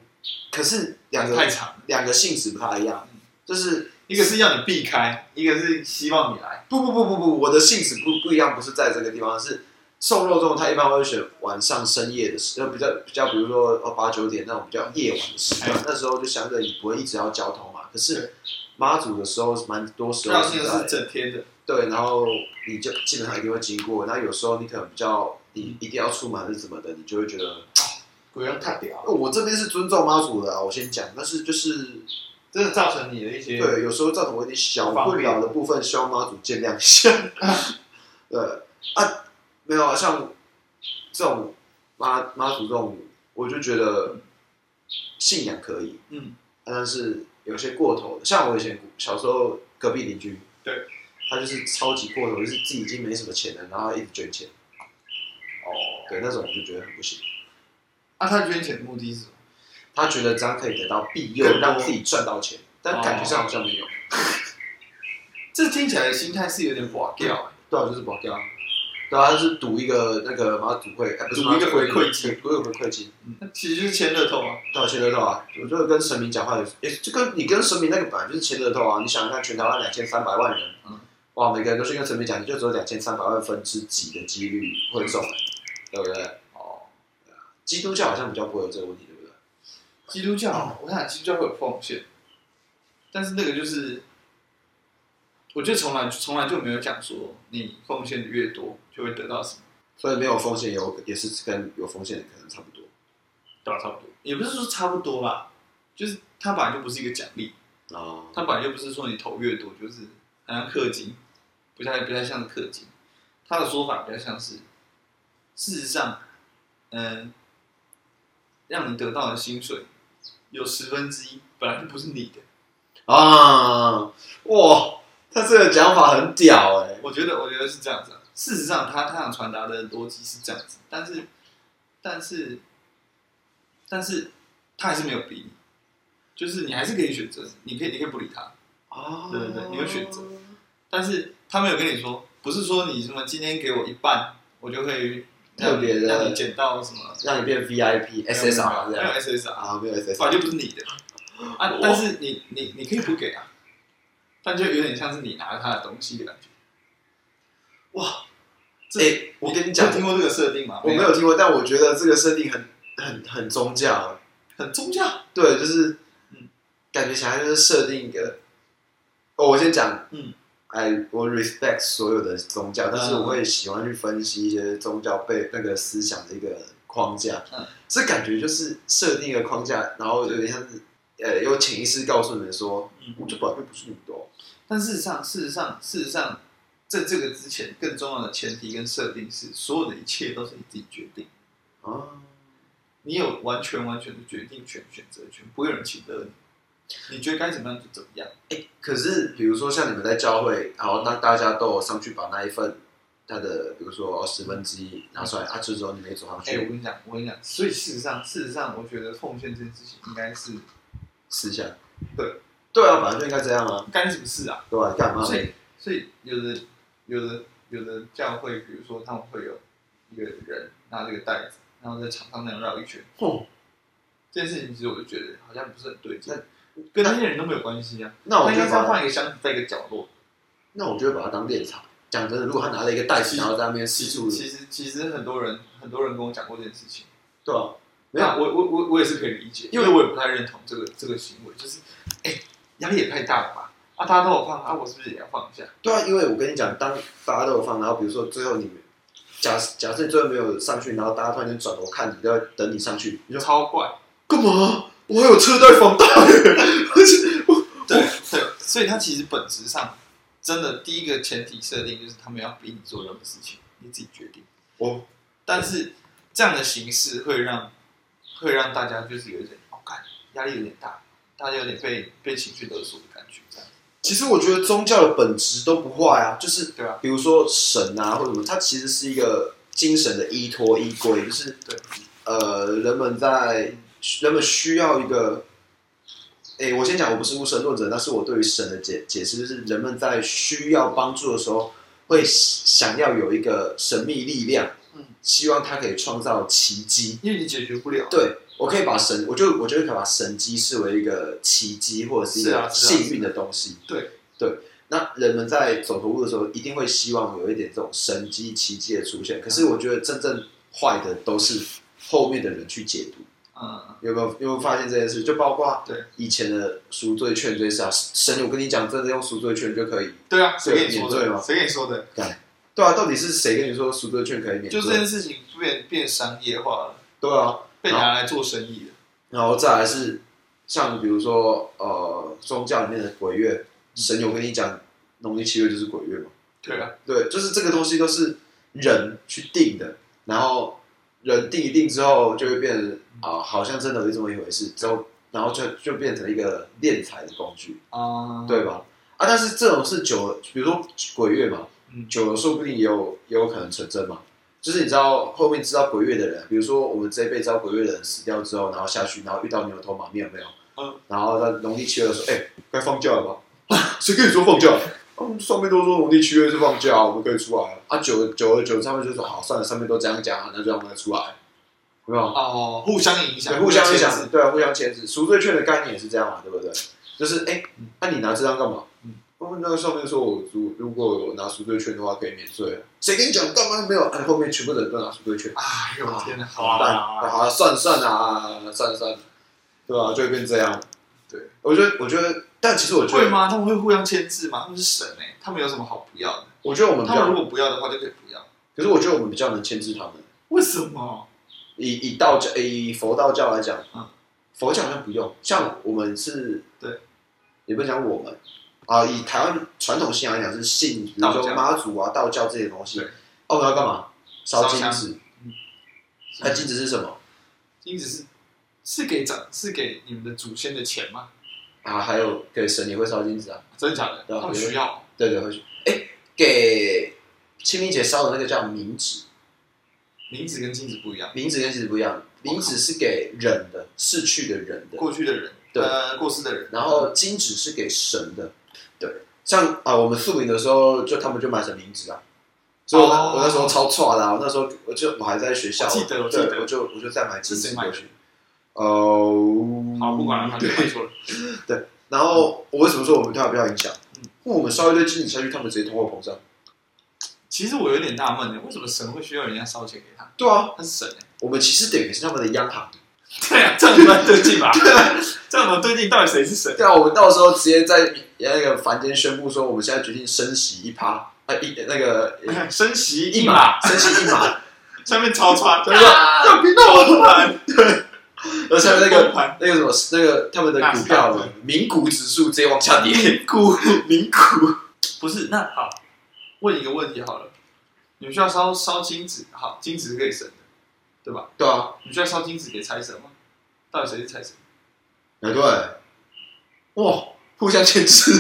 可是两个太长了，两个性质不太一样嗯，就是一个是要你避开，一个是希望你来，不不不不不，我的性质不不一样，不是在这个地方，是送肉粽，它一般会选晚上深夜的时，呃，比较比较，比如说哦八九点那种比较夜晚的时段哎，那时候就相对你不会一直要交通嘛。可是对妈祖的时候蛮多时候绕境在啊是整天的，对，然后你就基本上一定会经过，那有时候你可能比较嗯你一定要出门还是怎么的，你就会觉得鬼要太屌，呃我这边是尊重妈祖的啊，我先讲，但是就是真的造成你的一些对，有时候造成我一点小方困便扰的部分，希望妈祖见谅一下。 对啊，没有啊，像这种妈妈祖这种，我就觉得信仰可以，啊嗯，但是有些过头的，像我以前小时候隔壁邻居，对，他就是超级过头，就是自己已经没什么钱了，然后一直捐钱，哦，对，那种我就觉得很不行。那他捐钱的目的是什么？他觉得这样可以得到庇佑更，多让自己赚到钱，但感觉上好像没有，这听起来心态是有点垮掉，对啊，就是保掉啊。对啊，他是赌一个那个马祖会，哎、不是赌一个马祖会回馈金，赌一个回馈金。那其实就是签乐透啊，对啊，签得到啊！我觉得跟神明讲话也是，也就跟你跟神明那个本来就是签得到啊！你想想看，全台湾两千三百万人，嗯哇，每个人都去跟神明讲，你就只有两千三百万分之几的几率会中、对不对？哦，基督教好像比较不会有这个问题，对不对？基督教，我想基督教会有奉献，但是那个就是，我觉得从来从来就没有讲说你奉献的越多就会得到什么，所以没有风险有也是跟有风险的可能差不多。对吧？差不多，也不是说差不多啦，就是它本来就不是一个奖励，哦，它本来就不是说你投越多就是好像氪金，不太不太像是氪金，它的说法比较像是，事实上，嗯，让你得到的薪水有十分之一本来就不是你的。啊，哇，他这个讲法很屌哎、我觉得，我觉得是这样子啊、事实上他，他想传达的逻辑是这样子，但是，但是，但是，他还是没有逼你，就是你还是可以选择，你可以，你可以不理他，哦对对对你有选择但是他没有跟你说，不是说你什么今天给我一半，我就会让特别的让你捡到什么让你变 VIP SSR 这没有样 SSR，啊，没有本 SSR，来就不是你的啊，但是你你你可以不给啊，但就有点像是你拿了他的东西的感觉。哇，这哎、我跟你讲有，听过这个设定吗？我没有听过，但我觉得这个设定很很很宗教，很宗教。对，就是嗯感觉想要就是设定一个，哦，我先讲，嗯，哎，我 respect 所有的宗教，但是嗯我会喜欢去分析一些宗教被那个思想的一个框架，嗯，这感觉就是设定一个框架，然后有点像是。呃，有潜意识告诉你们说，嗯这本来就不是你的、哦，但事实上，事实上，事实上，在这个之前，更重要的前提跟设定是，所有的一切都是你自己决定，啊，你有完全完全的决定权、选择权，不会有人请得你，你觉得该怎么样就怎么样。可是，比如说像你们在教会，然后那大家都有上去把那一份他的，比如说哦十分之一拿出来，啊，这时候你没走上哎、我去跟你讲，我跟你讲，所以事实上，事实上，我觉得奉献这件事情应该是试一下。对，对啊，本来就应该这样啊，干什么事啊？对吧、干嘛所以，所以有的有的有的教会，比如说他们会有一个人拿这个袋子，然后在场上那样绕一圈，哦，这件事情其实我就觉得好像不是很对劲，跟那些人都没有关系啊。那我他就应该是要把，换一个箱子在一个角落。那我就把它当猎场。讲真的，如果他拿了一个袋子，其实然后在那边其四实处，其实其实很多人很多人跟我讲过这件事情，对啊，没那有，我我我我也是可以理解，因为我也不太认同这个这个行为，就是哎压力也太大了吧？啊大家都有放啊，我是不是也要放一下？对啊，因为我跟你讲，当大家都有放，然后比如说最后你们假假设你最后没有上去，然后大家突然间转头看你，都要等你上去，你就超怪，干嘛？我还有车贷房 贷，而且我对对，所以他其实本质上真的第一个前提设定就是他们要逼你做任哦何事情，你自己决定。我但是这样的形式会让会让大家就是有一点，哦，感压力有点大，大家有点被被情绪勒索的感觉，这样，其实我觉得宗教的本质都不坏啊，就是对啊比如说神啊或者什么，它其实是一个精神的依托依归，就是对，呃，人们在人们需要一个，哎，我先讲，我不是无神论者，但是我对于神的解解释就是，人们在需要帮助的时候，会想要有一个神秘力量，嗯，希望它可以创造奇迹。因为你解决不了，对，我可以把神，我就我觉得可以把神机视为一个奇迹或者是一是个啊是啊幸运的东西。对对，那人们在走投无路的时候，一定会希望有一点这种神机奇迹的出现。可是我觉得真正坏的都是后面的人去解读。嗯，有没有有没有发现这件事？就包括对以前的赎罪券这些事啊，神，我跟你讲，真的用赎罪券就可以。对啊，谁跟你说免罪吗的？谁跟你说的？对啊，到底是谁跟你说赎罪券可以免罪？就这件事情变变商业化了，对啊，被拿来做生意了，然后再来是像比如说呃宗教里面的鬼月，神有跟你讲农历七月就是鬼月嘛？对啊，对，就是这个东西都是人去定的，然后人定一定之后就会变成啊、好像真的有这么一回事，之后然后就就变成一个敛财的工具，啊，对吧？啊，但是这种事久了，比如说鬼月嘛，嗯久了说不定也有也有可能成真嘛。就是你知道后面知道鬼月的人，比如说我们这一辈知道鬼月的人死掉之后，然后下去，然后遇到牛头马面有没有？嗯。然后在农历七月的时候，哎、该放假了吧？啊谁跟你说放假？嗯，上面都说农历七月是放假，我们可以出来了。啊，久了久了久了，上面就说好，算了，上面都这样讲，那就让我们出来，有没有？哦，互相影对，响，互相影牵制响，对，啊互相牵制。赎罪券的概念也是这样嘛，对不对？就是哎，那、你拿这张干嘛？嗯哦，那个上面说我如如果我拿赎罪券的话可以免罪啊，谁跟你讲干嘛没有？哎，后面全部人都拿赎罪券，哎呦天哪，好完蛋，啊，好啊，算了算了啊，算了算了，对吧、就会变这样。对，我觉得，我觉得，但其实我觉会得，吗？他们会互相牵制吗？他们是神哎，他们有什么好不要的？我觉得我们比他们如较，果不要的话，就可以不要。可是我觉得我们比较能牵制他们。为什么？以以道教以佛道教来讲，啊嗯佛教好像不用，像我们是，对，也不能讲我们啊，以台湾传统信仰来讲是信，比如道说教妈祖啊、道教这些东西对，哦，我们要干嘛？烧烧金香纸，那金纸是什么金子是是给长是给你们的祖先的钱吗？啊？还有给神也会烧金纸啊，真的假的？对啊他们需要对对，会去，哎，给清明节烧的那个叫冥纸，名字跟金子不一样。冥纸跟金纸不一样，冥纸是给人的，逝去的人的，过去的人，对呃，过世的人，然后金纸是给神的，对，像啊，我们宿营的时候，就他们就买成冥纸啊，所以我、哦我那时候超错的、啊，我那时候我就我还在学校，我记得我我记得对我就我就再买金是纸谁买回的去，哦，好，不管了，对对，没错了。然后我为什么说我们对他比较影响？嗯因为我们烧一堆金纸下去，他们直接通货膨胀。其实我有点纳闷欸呢，为什么神会需要人家烧钱给他？对啊，他是神哎。我们其实等于是他们的央行。对啊，这样子蛮对劲 吧？啊这样我们对劲，到底谁是神？对啊，我们到时候直接在那个凡间宣布说，我们现在决定升息一趴，啊一那个升旗一 一马，，升息一 码，下面超穿，对啊这别动 我的盘，而且那崩个盘那个什么那个他们的股票纳斯达嘛，名股指数直接往下跌。股名股不是那好，问一个问题好了，你们需要烧烧金子，好，金子是可以神的，对吧？对啊，你们需要烧金子给财神吗？到底谁是 财神？哎对，哇，互相牵制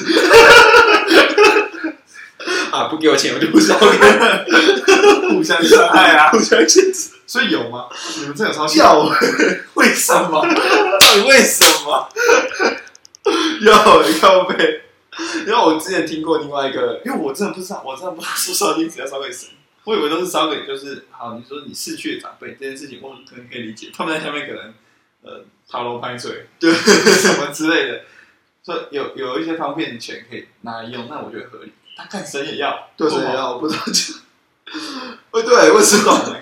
啊！不给我钱我就不烧给你，互相伤害啊！互相牵 制。所以有吗？你们真的有烧金？要为什么？ 到底为什么？ 要要被，因为我之前听过另外一个，因为我真的不知道，我真的不知道说烧金子要烧给谁。我以为都是烧给，就是好，你说你逝去的长辈这件事情，我可能可以理解。他们在下面可能呃塔罗牌嘴，对什么之类的，说有有一些方便的钱可以拿来用，那我觉得合理。他看神也要，对为什谁么要我不知道就，哎对，为什么？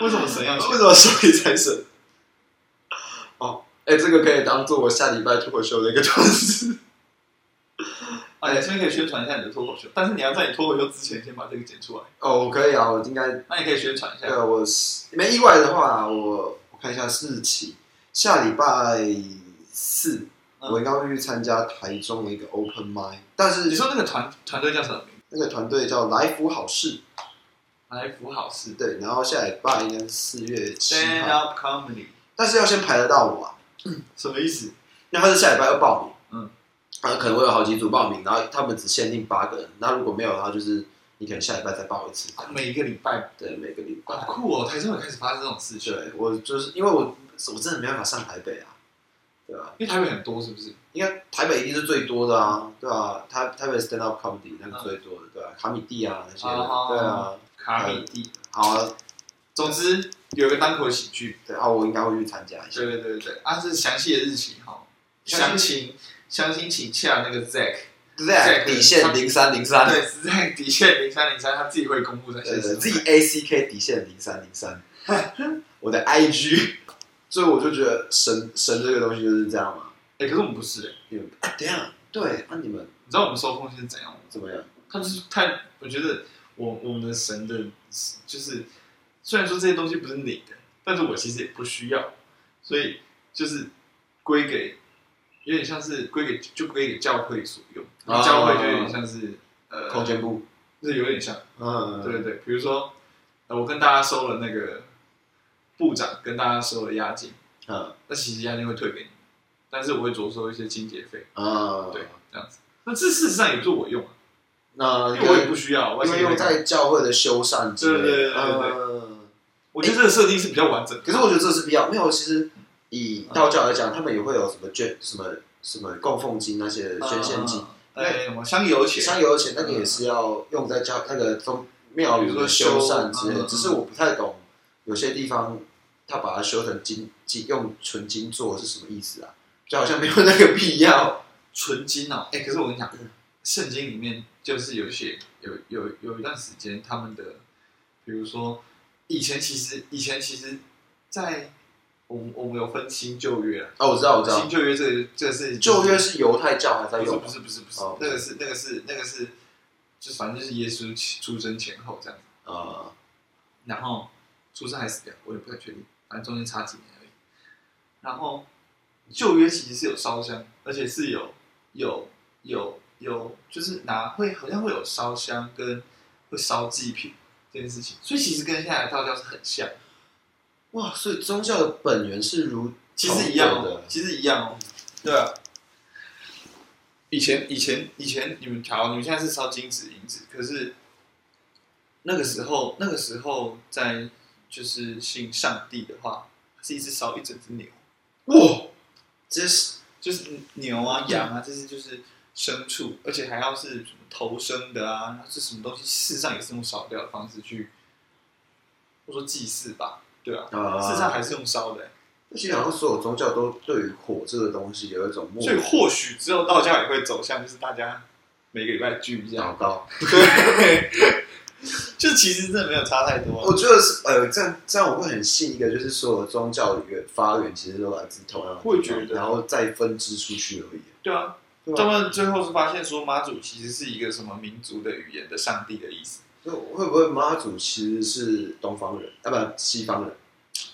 为什么神要为钱？什么收给财神？哦，哎、这个可以当做我下礼拜脱口秀的一个段子。啊，你这边可以宣传一下你的脱口秀，但是你要在你脱口秀之前先把这个剪出来。哦，我可以啊，我应该那你可以宣传一下，对，啊我是没意外的话，我我看一下日期，下礼拜四，嗯我应该会去参加台中的一个 open mic，但你是说那个团团队叫什么名字？那个团队叫来福好事，来福好事对，然后下礼拜应该是四月七，Stand 号， Up Comedy，但是要先排得到我啊，什么意思？因为他是下礼拜要报名，嗯，他可能会有好几组报名，然后他们只限定八个人，那如果没有的话，就是你可能下礼拜再报一次，啊每一个礼拜，对，每个礼拜好。酷哦！台中也开始发生这种事情，对我就是因为我我真的没办法上台北啊，对吧、因为台北很多，是不是？应该台北一定是最多的啊，对吧、台台北 stand up comedy 那个最多的，对吧、卡米蒂啊那些的，哦对啊，卡米蒂。好啊，总之有一个单口喜剧，对啊，我应该会去参加一下。对对对对，啊是详细的日期哈，详情详情请洽那个 Zack，对，啊底线零三零三，对，Zack 底线零三零三，他自己会公布这些对对事，Z A C K 底线零三零三， 我的 I G，所以我就觉得神神这个东西就是这样嘛。哎，可是我们不是，哎你们啊，等一下，对，那、你们你知道我们收风是怎样吗？怎么样？他们是太，我觉得我我们的神的，就是虽然说这些东西不是你的，但是我其实也不需要，所以就是归给，有点像是归给就归给教会所用，啊教会就有点像是呃空间部，就是有点像，嗯，对对对，比如说呃我跟大家收了那个部长跟大家收了押金，嗯那其实押金会退给你，但是我会着收一些清洁费，嗯，对，这样子，那这事实上也不是我用啊，那因为我也不需要，我因为也用在教会的修缮之类的，对对对对对嗯我觉得这个设定是比较完整的。可是我觉得这是必要，没有，其实嗯以道教来讲，他们也会有什么捐、什么什么供奉金那些的宣献金，嗯，哎、我香油钱，香油钱那个也是要用在教那个宗庙宇的修缮之类嗯嗯的，嗯只是我不太懂有些地方他把它修成金金用纯金做是什么意思啊？就好像没有那个必要。 纯金哦。哎、可是我跟你讲，圣经里面就是有写有有有一段时间，他们的，比如说以前其实以前其实在我们我们有分新旧约啊，哦，我知道，我知道新，旧约这个这个是旧约是犹太教还在不是用不是不是不是哦，那个是那个是那个是，就反正就是耶稣起出生前后这样子，啊？然后出生还是死掉，我也不太确定，反正中间差几年而已。然后旧约其实是有烧香，而且是有有有有，就是拿会好像会有烧香跟会烧祭品这件事情，所以其实跟现在的道教是很像，哇，所以宗教的本源是如其实一样同哦的，其实一样哦，对啊。以前以前以前你们瞧，你们现在是烧金子银子，可是那个时候那个时候在就是信上帝的话，是一只烧一整只牛，哇，这是就是牛啊羊啊，这些就是牲畜，而且还要是什么头生的啊，然后是什么东西，事实上也是用烧掉的方式去，或者说祭祀吧，对啊，啊事实上还是用烧的欸、其实好像所有宗教都对于火这个东西有一种莫所以或许之后道教也会走向，就是大家每个礼拜聚一下，祷告。对，就其实真的没有差太多啊、我觉得是呃，这样这样我会很信一个，就是所有宗教的源发源其实都来自同样的地方会觉得然后再分支出去而已。对啊，对他吧？们最后是发现说妈祖其实是一个什么民族的语言的上帝的意思，就会不会妈祖其实是东方人啊，不西方人？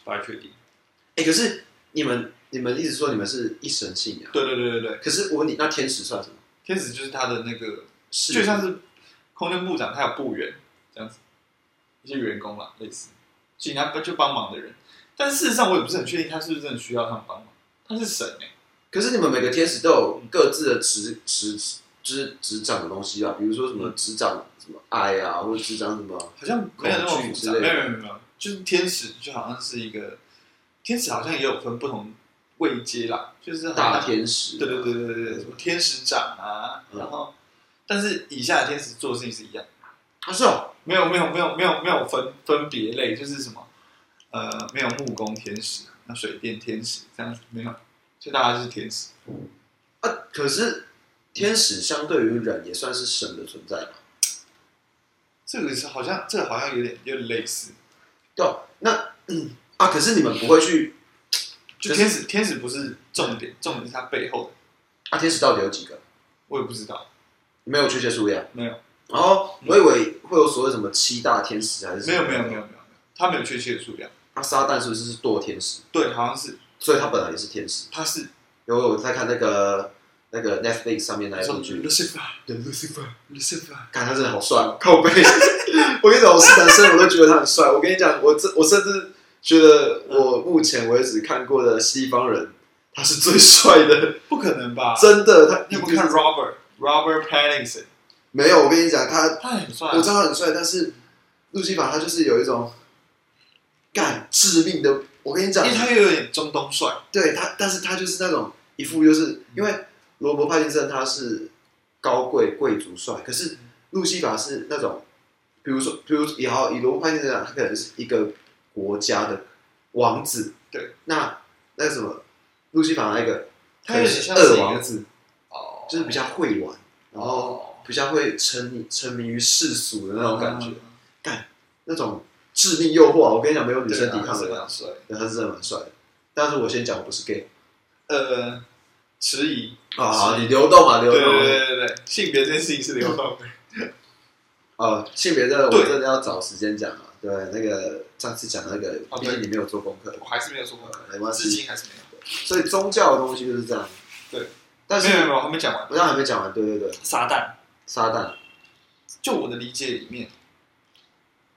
不太确定。哎、可是你们你们一直说你们是一神信仰，对对对对对，可是我问你，那天使算什么？天使就是他的那个，是就像是空间部长，他有部员这样子，一些员工啦，类似，请他就帮忙的人。但事实上，我也不是很确定他是不是真的需要他们帮忙，他是神哎、可是你们每个天使都有各自的执执就是执掌的东西啊，比如说什么嗯执掌什么爱啊，或者执掌什么好像没有那么恐惧复之杂，类的没有没有没有没有，就是天使就好像是一个天使，好像也有分不同位阶啦，就是好像大天使、啊对对对对对对，什么天使长啊，嗯然后但是以下的天使做的事情是一样，啊，是哦，没有没有没有没有没有分分别类，就是什么呃没有木工天使，啊那水电天使这样子没有，就大家就是天使，啊，可是天使相对于人也算是神的存在吧？这个是好像这个好像有点有点类似，对哦、那嗯啊，可是你们不会去就天使天使不是重点，重点是它背后的，啊？天使到底有几个？我也不知道，没有去接触呀。没有然后哦我以为会有所谓什么七大天使还是什没么有没有没有没有，没有他没有确切的数量，啊，撒旦是不是是堕天使？对，好像是所以他本来也是天使。他是因为我在看那个那个 Netflix 上面那一说部剧， Lucifer 对 Lucifer， Lucifer，看他真的哦 好帅，靠背。我跟你讲，我是男生，我都觉得他很帅。我跟你讲，我这我甚至觉得我目前为止看过的西方人，他是最帅的，不可 能吧？真的。他你有没有看 Robert Robert Pattinson？没有，我跟你讲，他他很帅啊，我知道他很帅，但是路西法他就是有一种干致命的。我跟你讲因为，他又有点中东帅，对他，但是他就是那种一副就是嗯因为罗伯·帕金森他是高贵贵族帅，可嗯是路西法是那种，比如说，比如也好，以罗伯·帕金森来讲，他可能是一个国家的王子，对，那那什么路西法那个，他有点像是一二个王子，哦就是比较会玩，然后比较会沉迷沉迷于世俗的那种感觉，嗯哦那种致命诱惑啊，我跟你讲，没有女生抵抗的得蛮了，帅。对他是真的蛮帅的，但是我先讲，我不是 gay。呃，迟疑，啊，好你流动嘛，对流对动嘛。对对对，性别这件事情是流动的。哦，性别这个我对真的要找时间讲啊。对，那个上次讲那个，哦毕对竟你没有做功课， 我还是没有说过，没关至系。今还是没有。所以宗教的东西就是这样。对，但没有没有是没有，还没讲完。我刚还没讲完。对对对，撒旦。撒啊旦，就我的理解里面，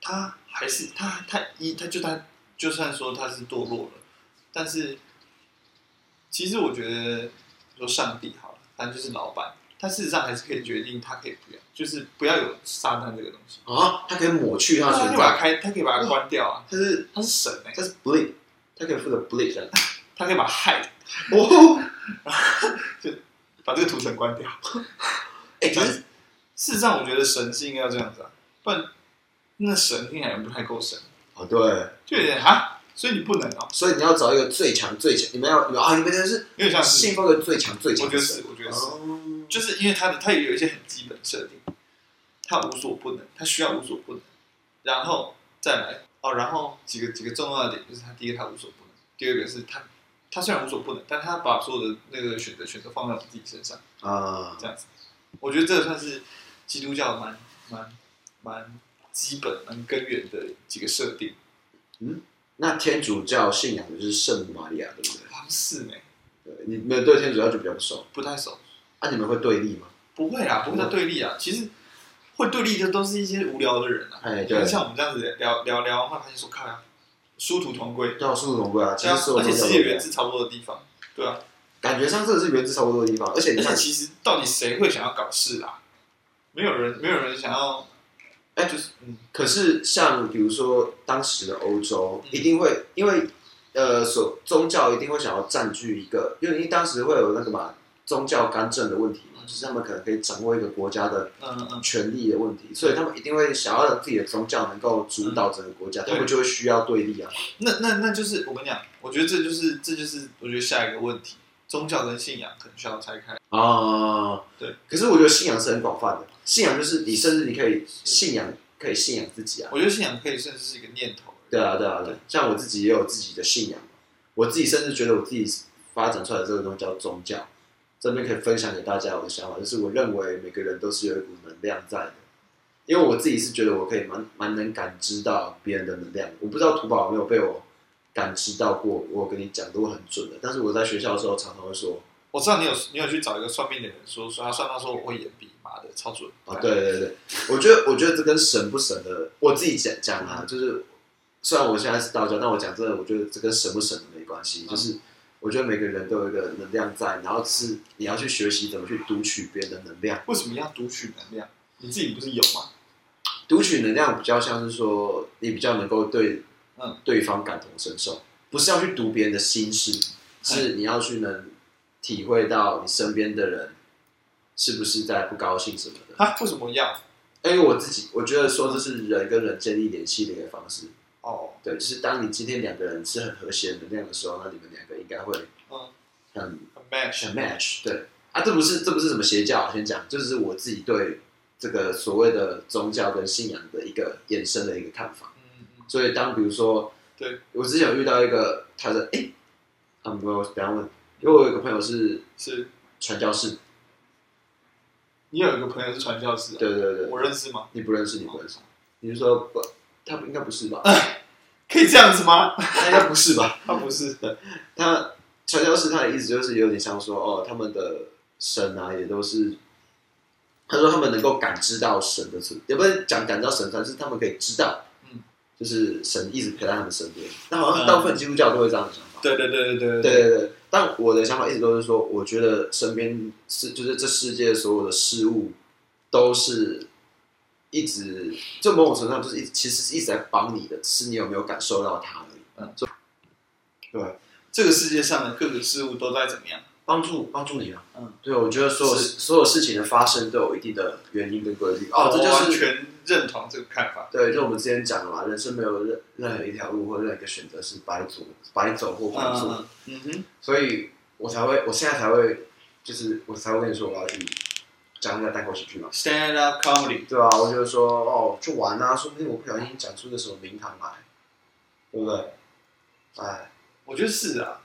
他还是他他一他就他就算说他是堕落了，但是其实我觉得说上帝好了，但就是老板，他事实上还是可以决定他可以不要，就是不要有撒旦这个东西，啊，他可以抹去他的他可存以把在，它开，他可以把它关掉啊，他是他是神哎、他是 bleed，他可以负责 bleed 这样。他可以把它害 哦，把这个图层关掉。哎，可是事实上，我觉得神是应该要这样子啊，不然那神听起来不太够神，哦对，就有点啊，所以你不能哦，所以你要找一个最强最强，你们要你们啊，你们就是有点像是，信奉的最强最我强觉得的是神。，我觉得是。哦，就是因为他的他也有一些很基本设定，他无所不能，他需要无所不能，然后再来哦，然后几个几个重要的点就是他第一个他无所不能，第二个是他他虽然无所不能，但他把所有的那个选择选择放在我自己身上，啊，这样子，我觉得这算是基督教蛮蛮蛮基本蛮根源的几个设定，那天主教信仰的就是圣母玛利亚，对不对？好像是呢，对，你们对天主教就比较不熟。不太熟，啊，你们会对立吗？不会啦，不会到对立啊，其实会对立的都是一些无聊的人啊。哎，就对是，像我们这样子聊聊聊完，后来发现说，看啊，殊途同归，要殊途同归啊。其对啊实所有而且宗教世界都源源自差不多的地方，对啊。感觉上真的是源自差不多的地方。而且而你且看，其实到底谁会想要搞事啊？没有人，没有人想要，哎就是嗯，可是像比如说当时的欧洲，嗯一定会因为呃，所宗教一定会想要占据一个，因为因为当时会有那个嘛宗教干政的问题嘛，就是他们可能可以掌握一个国家的嗯嗯，权力的问题，所以他们一定会想要让自己的宗教能够主导整个国家，嗯他们就会需要对立啊。那那那就是我跟你讲，我觉得这就是这就是我觉得下一个问题，宗教跟信仰可能需要拆开。啊，对。可是我觉得信仰是很广泛的，信仰就是你甚至你可以信仰，可以信仰自己啊。我觉得信仰可以甚至是一个念头，对啊，对啊，对。像我自己也有自己的信仰，我自己甚至觉得我自己发展出来的这个东西叫宗教。这边可以分享给大家我的想法，就是我认为每个人都是有一股能量在的，因为我自己是觉得我可以蛮蛮能感知到别人的能量。我不知道土宝有没有被我感知到过，我跟你讲的我很准的，但是我在学校的时候常常会说，我知道你有你有去找一个算命的人说说他算他说我会眼鼻，妈的超准。啊，对对对，我觉得我觉得这跟神不神的，我自己讲讲啊，就是虽然我现在是道教，但我讲真的，我觉得这跟神不神的没关系，嗯就是我觉得每个人都有一个能量在，然后是你要去学习怎么去读取别人的能量，为什么要读取能量？你自己不是有吗？读取能量比较像是说你比较能够对嗯对方感同身受，不是要去读别人的心事，是你要去能体会到你身边的人是不是在不高兴什么的。啊，为什么要？因为我自己，我觉得说这是人跟人建立联系的一个方式。哦，对，就是当你今天两个人是很和谐能量的时候，那你们两个应该会嗯很很 match。很 match。对啊，这不是这不是什么邪教啊，先讲，这只是我自己对这个所谓的宗教跟信仰的一个衍生的一个看法。嗯嗯所以当比如说，对我之前有遇到一个，他说，哎、啊，没有，等一下问，因为我有一个朋友是是传教士，你有一个朋友是传教士、啊，对对对，我认识吗？你不认识，你不认识，你就说不，他应该不 是吧？可以这样子吗？ 他应该不是吧？他不是，他传教士他的意思就是有点像说哦，他们的神啊也都是，他说他们能够感知到神的存，也不是讲感知到神，但是他们可以知道，嗯就是神一直陪在他们身边。那好像大部分基督教都会这样的想法。对对对对对对对，但我的想法一直都是说，我觉得身边是就是这世界所有的事物都是一直，就某种程度上就是一直其实是一直在帮你的，是你有没有感受到它而已。嗯就，对，这个世界上的各个事物都在怎么样？帮助帮助你啊。嗯，对，我觉得所有是所有事情的发生都有一定的原因跟规律。哦，这我完就是全认同这个看法。对，就我们之前讲的嘛，人生没有任任何一条路或任何一个选择是白走白走或白做。嗯嗯哼，所以我才会，我现在才会，就是我才会跟你说我要去讲一下单口喜剧嘛， stand up comedy，对吧、我就说哦，去玩啊，说不定我不小心讲出个什么名堂来，对不对？哎，我觉得是啊。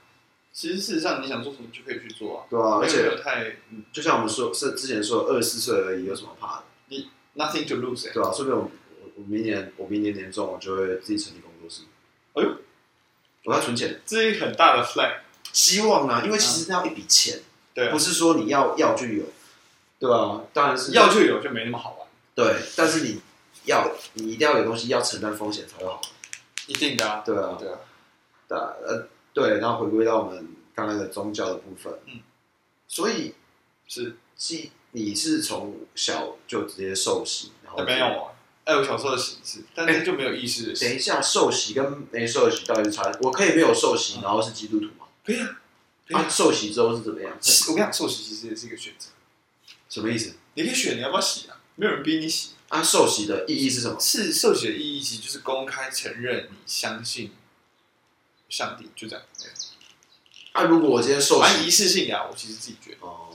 其实事实上，你想做什么就可以去做啊，对啊，而没有没有且太就像我们说，是之前说二十四岁而已，有什么怕的， nothing to lose 欸对吧、说不定我我我明年我明年年终我就会自己成立工作室，哎呦，我要存钱，这是一个很大的 flag。希望啊，因为其实要一笔钱，对啊不，是说你要要就有，对吧、当然是要就有，就没那么好玩。对，但是你要你一定要有东西要承担风险才会好。一定的啊，对啊，对啊，对啊，呃，对，然后回归到我们刚刚的宗教的部分，嗯，所以是既你是从小就直接受洗，然后没有啊。哎，我小时候的形式，但是就没有意识的等形一下，受洗跟没受洗到底是差？我可以没有受洗，嗯然后是基督徒吗？可以啊，可以啊，啊。受洗之后是怎么样？其我跟你讲，受洗其实也是一个选择，什么意思？你可以选你要不要洗啊，没有人逼你洗。啊，受洗的意义是什么？是受洗的意义其实就是公开承认你相信上帝，就这样。啊，如果我今天受反正洗，仪式性的啊，我其实自己觉得，哦，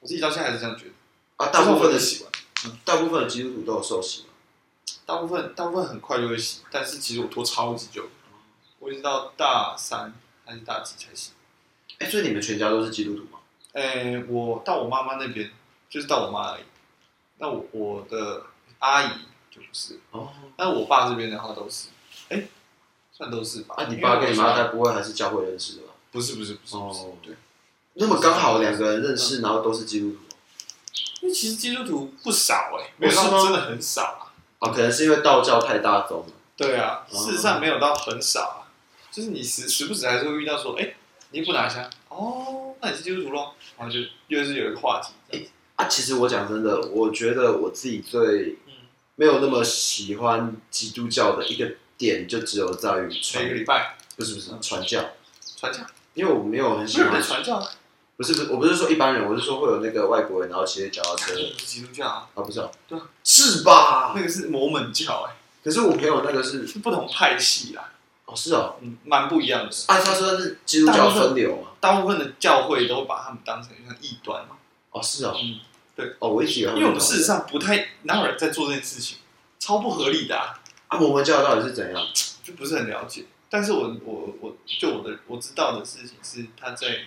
我自己到现在还是这样觉得。啊，大部分的就是我洗完，大部分的基督徒都有受洗嘛，大部分大部分很快就会洗，但是其实我拖超级久，我一直到大三还是大几才洗。哎，所以你们全家都是基督徒吗？诶、我到我妈妈那边，就是到我妈而已。那我我的阿姨就不是，哦，但我爸这边的话都是，哎、算都是吧。啊，你爸跟你妈因为我该不会还是教会认识的吧？不是不是不是不是，哦对。那么刚好两个人认识，然后都是基督徒因为其实基督徒不少哎、不没是有吗到真的很少啊。啊，可能是因为道教太大宗了。对啊，哦事实上没有到很少啊，就是你时时不时还是会遇到说，哎、你不拿下，哦，那你是基督徒咯，然后就又是有一个话题，这样啊，其实我讲真的，我觉得我自己最嗯，没有那么喜欢基督教的一个点，就只有在于每个传，礼拜不是不是嗯传教，传教，因为我没有很不喜是不欢是，传教啊，不是不是，我不是说一般人，我是说会有那个外国人，然后骑着脚踏车不，是基督教啊。啊不是啊，对啊，是吧那？个是摩门教、哎，可是我朋友那个是，是不同派系啦，哦是哦，嗯，蛮不一样的。啊他说是基督教分流嘛，大部分的教会都把他们当成像异端嘛，哦是哦，嗯，哦我一直以为他们因为我们事实上不太哪有人在做这件事情，超不合理的、啊，啊摩门教到底是怎样？就不是很了解。但是我我我就我的我知道的事情是，他在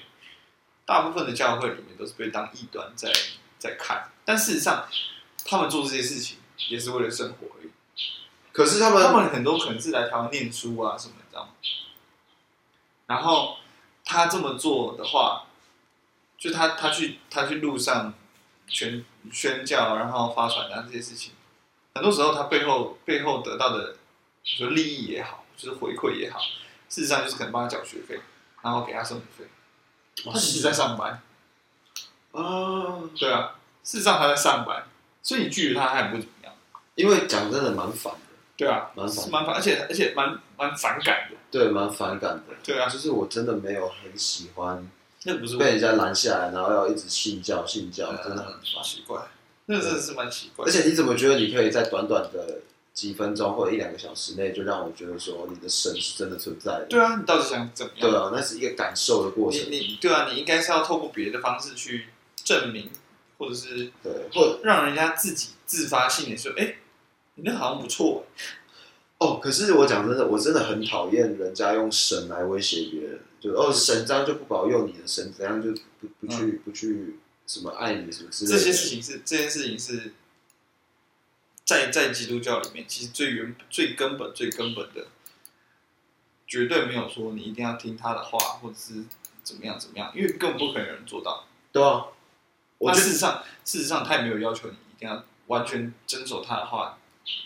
大部分的教会里面都是被当异端在在看，但事实上他们做这些事情也是为了生活而已。可是他们哦他们很多可能是来台湾念书啊什么，你知道吗？然后他这么做的话，就他他去他去路上宣宣教，然后发传单这些事情，很多时候他背后背后得到的，你说利益也好，就是回馈也好，事实上就是可能帮他缴学费，然后给他生活费。哦他其实在上班，啊，对啊，事实上他在上班，所以你拒绝他，他也不会怎么样，因为讲真的蛮烦的，对啊，蛮是烦，蛮反，而且而且蛮蛮反感的，对，蛮反感的。对啊，就是我真的没有很喜欢那不是被人家拦下来，然后要一直信教信教，真的很蛮奇怪，那真的是蛮奇怪。而且你怎么觉得你可以在短短的几分钟或者一两个小时内，就让我觉得说你的神是真的存在的？对啊，你到底想怎么样？对啊，那是一个感受的过你程，你对啊，你应该是要透过别的方式去证明，或者是对，或让人家自己自发性的说，哎、你那好像不错、哦，可是我讲真的，我真的很讨厌人家用神来威胁别人，就哦神这样就不保佑你了，神怎样就不不去、不去什么爱你什么之类嗯这的。些事情是这件事情是在在基督教里面，其实最原最根本最根本的，绝对没有说你一定要听他的话，或者是怎么样怎么样，因为根本不可能有人做到。对啊，我那觉事得实上，事实上他也没有要求你一定要完全遵守他的话，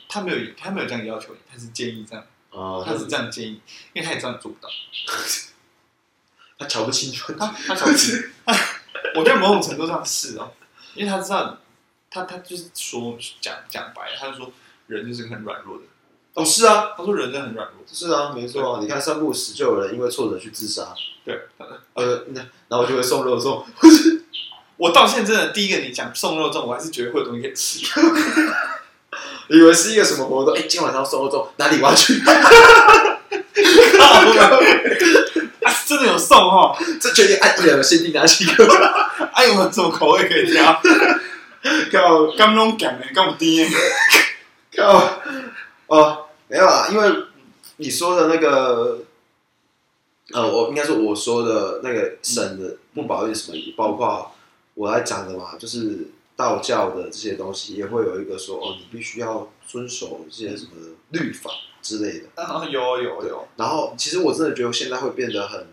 他没有他没有这样要求你，他是建议这样，哦，他是这样建议，因为他也这样做不到，他瞧不清楚，他他想吃，我觉得某种程度上是哦，因为他知道他他就是说讲讲白了，他就说人就是个很软弱的，哦，是啊，他说人真的很软弱，是啊，没错啊，你看三不五时就有人因为挫折去自杀，对，呃，那然后就会送肉粽，我到现在真的第一个你讲送肉粽，我还是觉得会有东西可以吃。 以为是一个什么活动，哎，今天晚上要送肉粽，哪里我要去？ 啊，真的有送哦！这决定按一两个限定拿几个，哎，有没有什么口味可以挑？靠刚弄讲的，刚不低的。靠， 哦，没有啊，因为你说的那个。呃，我应该说我说的那个神的不保佑什么，包括我来讲的嘛，就是道教的这些东西，也会有一个说哦，你必须要遵守这些什么律法之类的。啊，有有有，然后其实我真的觉得现在会变得很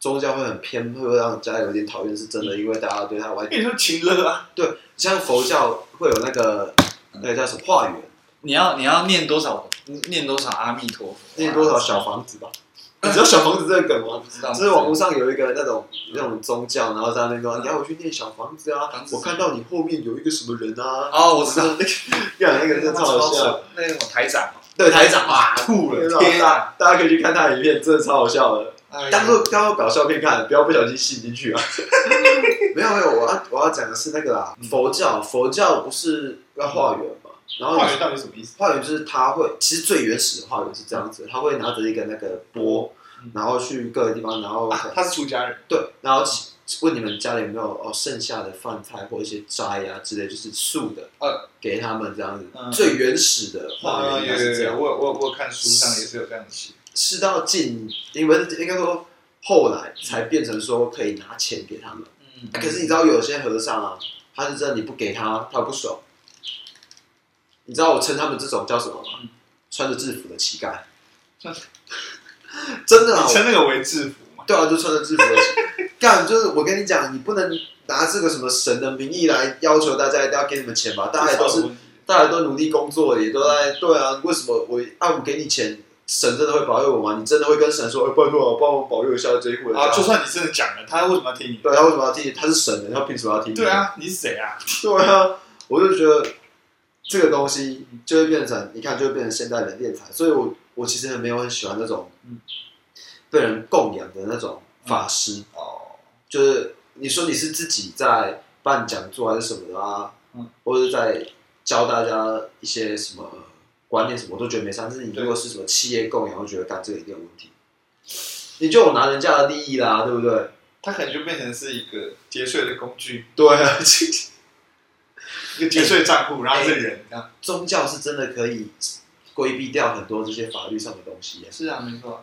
宗教会很偏，会让人家有点讨厌，是真的，因为大家对他完因为你说情乐啊，对，像佛教会有那个那个叫什么化缘，你要你要念多少？念多少阿弥陀佛？念多少小房子吧？你知道小房子这个梗我吗？不知道。就是网络上有一个那种那种宗教，然后在那边说你要我去念小房子啊房，子我看到你后面有一个什么人 啊，哦，我知道，干那个真的超好笑，，那个什么台长，对台长啊，吐了，天天啊！大家可以去看他的影片，真的超好笑的。哎当做当做搞笑片看，不要不小心吸进去 啊！没有没有，我要我要讲的是那个啦，佛教佛教不是要化缘嘛？然后化学到底什么意思？化缘就是他会，其实最原始的化缘是这样子，他会拿着一个那个钵嗯，然后去各个地方，然后、啊他是出家人，对，然后请问你们家里有没有哦剩下的饭菜或一些斋呀、之类，就是素的，呃给他们这样子。嗯哦最原始的化缘应该是这样，我我我看书上也是有这样写，是到近你们应该说后来才变成说可以拿钱给他们。嗯啊可是你知道有些和尚啊，他是真的你不给他，他不爽。你知道我称他们这种叫什么吗？嗯穿着制服的乞丐穿着， 真的啊 你，称那个为制服嘛？对啊，就穿着制服的乞丐。 干，就是我跟你讲，你不能拿这个什么神的名义来要求大家一定要给你们钱吧？大家也都这是有问题大家都努力工作，也都嗯在对啊。为什么我啊？我给你钱，神真的会保佑我吗？你真的会跟神说，哎、拜托啊，帮我保佑一下这一户人家？啊，就算你真的讲了，他为什么要听你？对，他为什么要听你？他是神的，他凭什么要听你？对，啊，你是谁啊？对啊，我就觉得这个东西就会变成，你看，就会变成现代人敛财。所以我我其实很没有很喜欢那种嗯被人供养的那种法师，哦，就是你说你是自己在办讲座还是什么的啊，嗯或者是在教大家一些什么观念什么，我都觉得没啥。但是你对如果是什么企业供养，我觉得干这个一定有问题，你就有拿人家的利益啦，对不对？他可能就变成是一个节税的工具，对啊，一个节税账户，然后是人这样。宗教是真的可以规避掉很多这些法律上的东西耶。是啊，没错啊。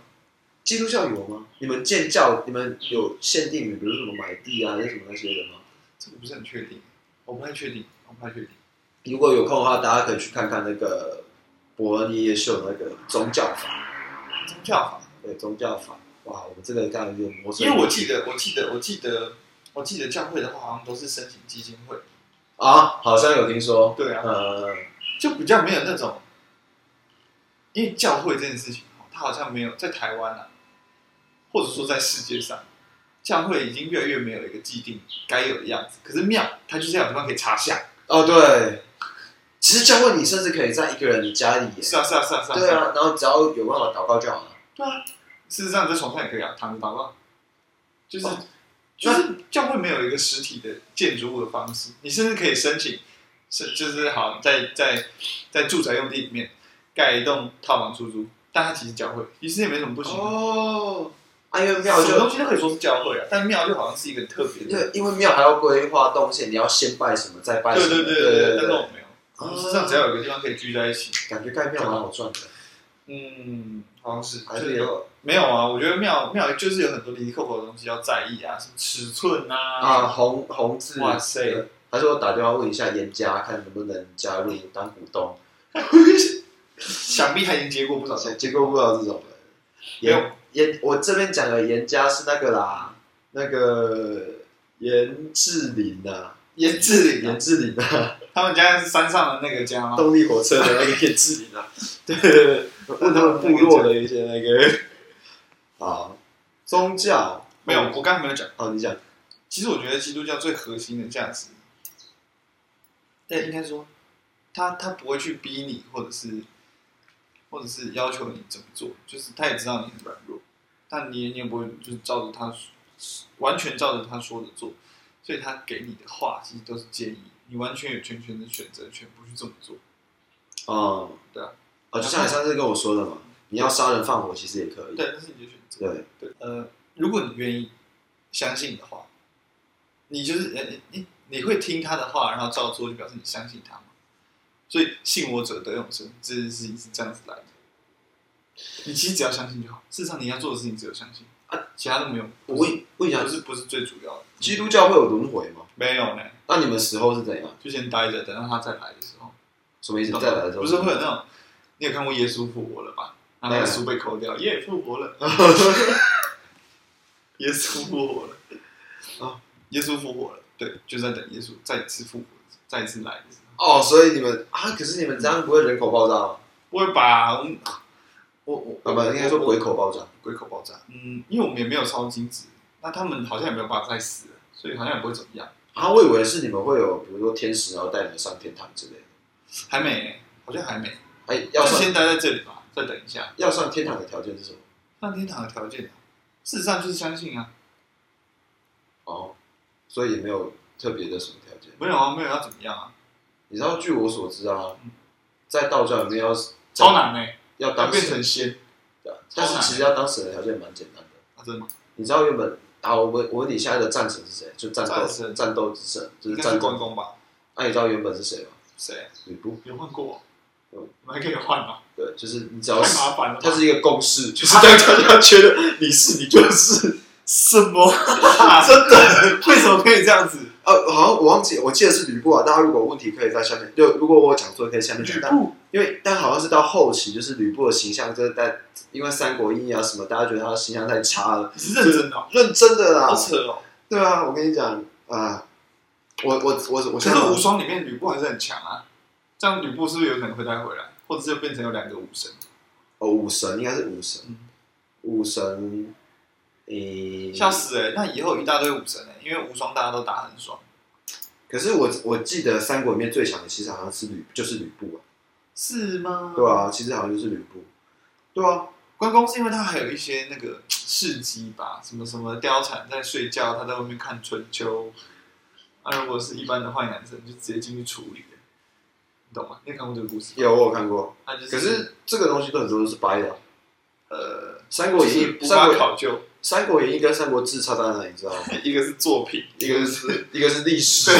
基督教有吗？你们建教，你们有限定，比如说什么买地啊，还是什么那些的吗？这个不是很确定，我不太确定，我不太确定。如果有空的话，大家可以去看看那个伯恩夜夜秀的那个宗教法，宗教法，对宗教法。哇，我们这个干了有点魔因为我记得，我记得，我记得，我记得教会的话，好像都是申请基金会。啊，好像有听说，对啊，呃，就比较没有那种，因为教会这件事情，哦它好像没有在台湾啊，或者说在世界上，教会已经越来越没有一个既定该有的样子。可是庙，它就是要有地方可以插香。哦对，其实教会你甚至可以在一个人家里耶，是啊，是啊，是啊，是啊。对啊，然后只要有办法祷告就好了。对啊，事实上在床上也可以啊，躺着祷告，就是、哦就是教会没有一个实体的建筑物的方式，你甚至可以申请，是就是好在在在住宅用地里面盖一栋套房出租，但它其实教会，其实也没什么不行。哦，啊，因为庙什么就东西都可以说是教会啊，但庙就好像是一个特别因的，为因为庙还要规划动线，你要先拜什么，再拜什对么，对对对对，但是我们没有，我哦们事实上只要有一个地方可以聚在一起，感觉盖庙蛮好赚的，嗯，好像是，还就是有没有啊，我觉得庙庙就是有很多离离扣扣的东西要在意啊，什么尺寸啊红红字，哇塞对，还是我打电话问一下严家，看能不能加入当股东，想必他已经接过不少钱。结果不知道这种人，没有严严我这边讲的严家是那个啦，那个严志林啊，严志玲啊严，志林啊，他们家是山上的那个家吗？动力火车的那个严志林 啊，对对对，问他们部落的一些那个啊宗教没有，我刚才没有讲。哦，你讲其实我觉得基督教最核心的价值，但应该说，他他不会去逼你，或者是或者是要求你怎么做，就是他也知道你很软弱，但你也你也不会就是照着他说完全照着他说的做，所以他给你的话其实都是建议，你完全有全权的选择权不去这么做。哦，对啊，哦，就像你上次跟我说的嘛，你要杀人放火其实也可以，对，那是你的选择。对，对，呃，如果你愿意相信的话，你就是呃你你你会听他的话，然后照做，就表示你相信他嘛。所以信我者得永生，这件事情是这样子来的。你其实只要相信就好。事实上，你要做的事情只有相信啊，其他都没有。我问问一下不，是不是最主要的。基督教会有轮回吗？没有呢，那你们时候是怎样？就先待着，等到他再来的时候。什么意思？再来的时候不是会有那种，你有看过耶稣复活了吧？然后那个书被抠掉，耶复活了， 耶稣复活了，啊，耶稣复活了，对，就在等耶稣再次复活，再次来的时候。哦，所以你们啊，可是你们这样不会人口爆炸吗？不会吧？我们我我啊，不，应该说我鬼口爆炸。鬼口爆炸。嗯，因为我们也没有超精子，那他们好像也没有办法再死了，所以好像也不会怎么样。啊，我以为是你们会有，比如说天使，然后带你们上天堂之类的。还没欸、好像还没，哎，要就上先待在这里吧，再等一下。要上天堂的条件是什么？上天堂的条件啊，事实上就是相信啊。哦，所以也没有特别的什么条件。没有啊，没有要怎么样啊，你知道，据我所知啊，嗯在道教里面要超难呢、欸要要当变神，成仙，对啊但是其实要当神的条件蛮简单的。啊、真的吗？你知道原本啊，我问我问你现在的战神是谁？就战斗战神战斗之神，就应是该是战关斗。公吧？那、你知道原本是谁吗？谁啊？吕布。有换过？有我们还可以换吗？对，就是你只太要是麻烦了吧。它是一个公 式，就是让大家觉得你是你就是。什么？ 真的？为什么可以这样子？呃，好像我忘记，我记得是吕布啊。大家如果有问题可以在下面，就如果我讲错可以下面吕讲。但布因为但好像是到后期，就是吕布的形象就是在因为《三国演义》啊什么，大家觉得他的形象太差了，你是认真的哦、认真的啦好。扯哦！对啊，我跟你讲啊、我我我我可现是啊在无双里面吕布还是很强啊，这样吕布是不是有可能会带回来，或者是变成有两个武神？哦武神应该是武神嗯，武神，诶、笑死哎、那以后一大堆武神哎、因为无双大家都打很爽，可是我我记得三国里面最强的其实好像是吕，就是吕布啊。是吗？对啊，其实好像就是吕布。对啊，关公是因为他还有一些那个事迹吧，什么什么貂蝉在睡觉，他在外面看春秋。啊，如果是一般的坏男生，就直接进去处理了，你懂吗？你有看过这个故事吗？有我有看过。他就是，可是这个东西都很多都是掰的啊，呃， 《三就国演义是》不三法国考究，三国演义》跟《三国志》差在哪里？你知道吗？ 一个是作品，一个是一个是历史，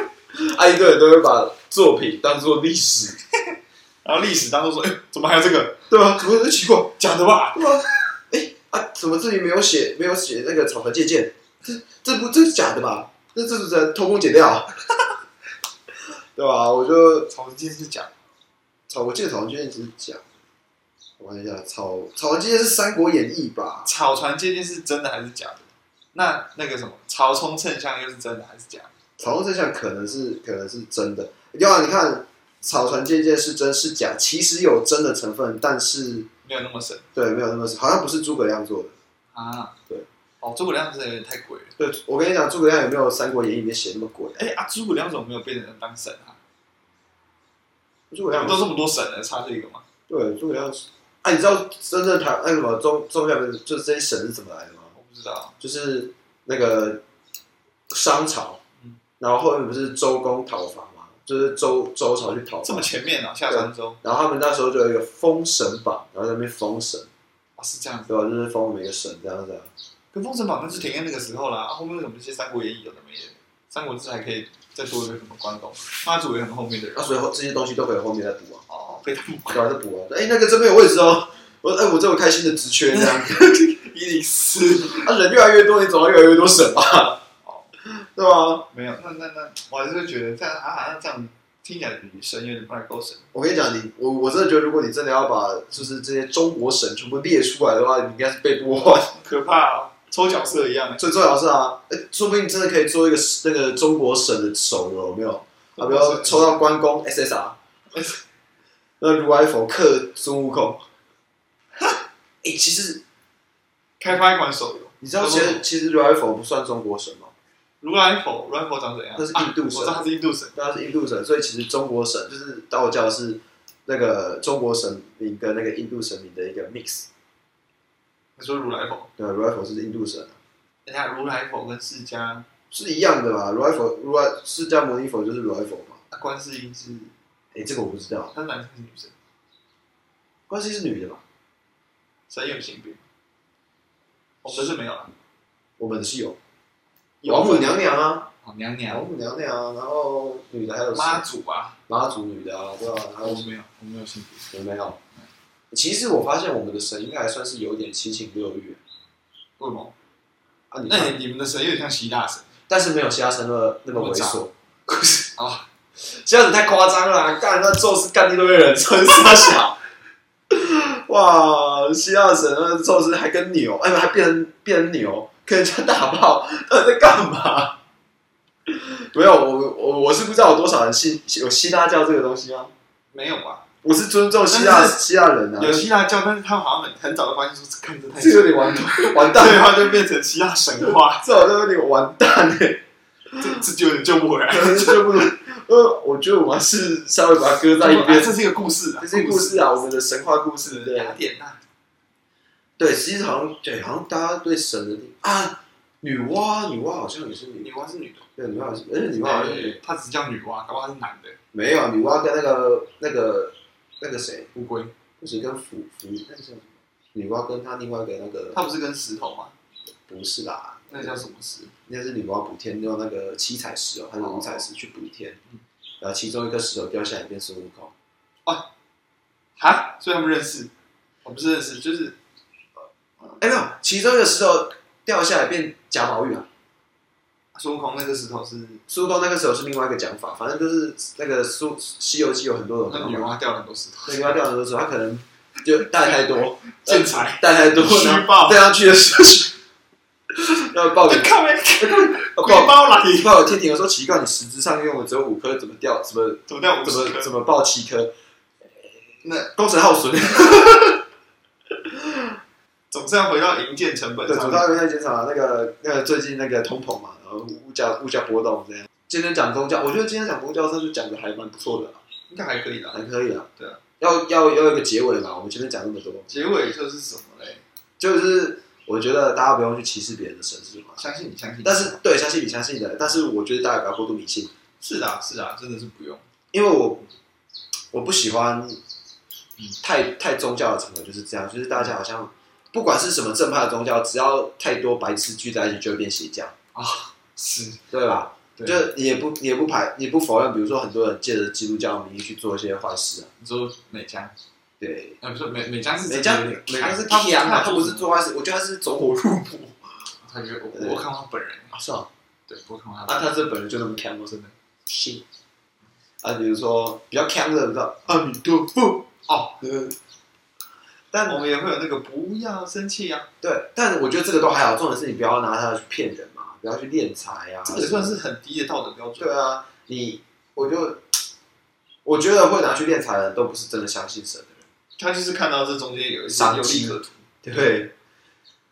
啊，一堆人都会把作品当做历史，然后历史当中说，哎、怎么还有这个？对吧、啊？我很奇怪，假的吧？对吧、哎啊，怎么这里没有写没有写那个草船借箭？这这不这是假的吧？这这是在偷工减料啊， 对吧、我就草今天是假的，草，我记得草船借箭只是假的。我看一下，草草船借箭是《三国演义》吧？草船借箭是真的还是假的？那那个什么，曹冲称象又是真的还是假的？草船借箭可能是可能是真的。要啊，你看草船借箭是真是假，其实有真的成分，但是没有那么神对没有那么好像不是诸葛亮做的。啊。对，哦，诸葛亮真的有点太鬼了。对，我跟你讲，诸葛亮有没有《三国演义》里面写那么鬼？哎、啊，诸葛亮怎么没有被人当神啊？诸葛我们亮都这么多神了，差这一个吗？对诸葛亮是，哎、你知道真正台那什么中中下面就是这些神是怎么来的吗？我不知道。就是那个商朝嗯，然后后面不是周公讨伐嘛，就是周周朝去讨这么伐，前面啊，夏商周然后他们那时候就有一个封神榜，然后在那边封神。啊，是这样子。对吧？就是封我们一个省这样子、啊。跟《封神榜》那是停在那个时候啦，啊后面为什么这些《三国演义》有的没的，《三国志》还可以再多一个什么关公、妈祖也很后面的人那、所以后这些东西都可以后面再补啊，哦，被他们对吧？再补啊。哎、那个这边有位置哦。我哎、我这有开心的职缺这 样。一零四啊，人越来越多，你总要越来越多省吧 哦？对吧？没有，那那那我还是会觉得这样啊，好像这样听起来比神有点不太够神。我跟你讲，你我我真的觉得，如果你真的要把就是这些中国省全部列出来的话，你应该是被剥换。可怕哦！抽角色一样，所 以最好是啊，诶说不定真的可以做一个那个中国省的手游，有没有？啊，比如说抽到关公 SSR，那如来佛克孙悟空， 哎、其实开发一款手游，你知道，其实其实如来佛不算中国神吗？如来佛，如来佛长怎样？那是印度神啊我知道他是印度神，那是印度神，所以其实中国神就是道教是那个中国神明跟那个印度神明的一个 mix。你说如来佛，对，如来佛是印度神，等一下如来佛跟释迦，啊是一样的吧？如来佛，如来释迦牟尼佛就是如来佛嘛？啊观世音是，哎、这个我不知道，他是男生还是女生？关系是女的嘛？谁有性别？我们是没有啊，我们是有有王母娘娘啊，哦娘王娘母娘娘啊，然后女的还有谁妈祖啊，妈祖女的啊，对吧、还有哦我们没有，我们没有性别，有没有？其实我发现我们的神应该还算是有点七情六欲啊为什么？啊，你那看，你你们的神有点像希腊神但是没有其他神那么那么那么猥杂琐。 啊，这样子太夸张了啊、干那宙斯干一堆人，宙斯他小， 哇，希腊神那宙斯还跟牛，哎，还变成变成牛，跟人家打炮，到底在干嘛？没有，我我我是不知道有多少人信有希腊教这个东西啊，没有吧？我是尊重希腊但是希腊人啊，有希腊教，但是他们好像很很早就发现说，这看着太这有点完完对蛋，话就变成希腊神话，这好像有点完蛋哎、这这就有点救不回来。就不能，呃，我觉得我们还是稍微把它搁在一边，这是一个故事啊，这些故事啊，我们的神话故事，对。雅典娜，对，其实好像对，好像大家对神的定啊，女娲，女娲好像也是女，女娲是女的，哎对，女娲好像，而且女娲好像也对，她只叫女娲，搞不好她是男的。没有，女娲跟那个那个那个谁，乌龟，不是跟伏伏那个叫什么？女娲跟她另外一个那个，它不是跟石头吗？不是啦，那叫什么石？那是女娲补天用那个七彩石哦，还是五彩石去补天，嗯然后其中一颗石头掉下来变孙悟空，哈，所以他们认识，哦我不是认识，就是哎没有，其中一个石头掉下来变贾宝玉啊，孙悟空那个石头是孙悟空那个时候是另外一个讲法，反正就是那个《苏西游记》有很多种那讲女法。娲掉了很多石头，那个要掉的都是他可能就带太多， 建 材带太多，虚然后报带上去的时候是，然后报 给看没报鬼包来，报给天庭，我说奇怪，你实质上用的只有五颗，怎么掉？怎么怎么掉五怎十么颗？怎么报七颗？那工程耗损，总是要回到营建成本对，上主面。要原来检查那个那个最近那个通膨嘛，然后物价物价波动这样。今天讲宗教，我觉得今天讲宗教算是讲的还蛮不错的啊，应该还可以啦。还可以啊。对啊，要要要一个结尾嘛，我们前面讲那么多，结尾就是什么嘞？就是我觉得大家不用去歧视别人的神是什么。相信你，相信你。但是对，相信你相信的，但是我觉得大家不要过度迷信，是的啊，是的啊，真的是不用。因为我我不喜欢太太宗教的场合就是这样，就是大家好像不管是什么正派的宗教，只要太多白痴聚在一起就会变邪教， 是，对吧？对就你也不你也不排你也不否认，比如说很多人借着基督教的名义去做一些坏事啊，你说美嘉，对。啊，不是美美嘉是人家真的人有点家是他强啊，他他不是，做坏事，我觉得他是走火入 魔他觉得哦对我我看过他本人，啊，是啊，对，我看过他啊，本人，他这本人就那么强，我真的信啊，比如说比较强的，你知道啊阿弥陀佛，哦，嗯，但我们也会有那个不要生气啊，对，但我觉得这个都还好，重点是你不要拿它去骗人嘛，不要去敛财啊。这个算是很低的道德标准对，啊，你我就我觉得会拿去敛财的人都不是真的相信神的人。他就是看到这中间有一些商有机利可图，对，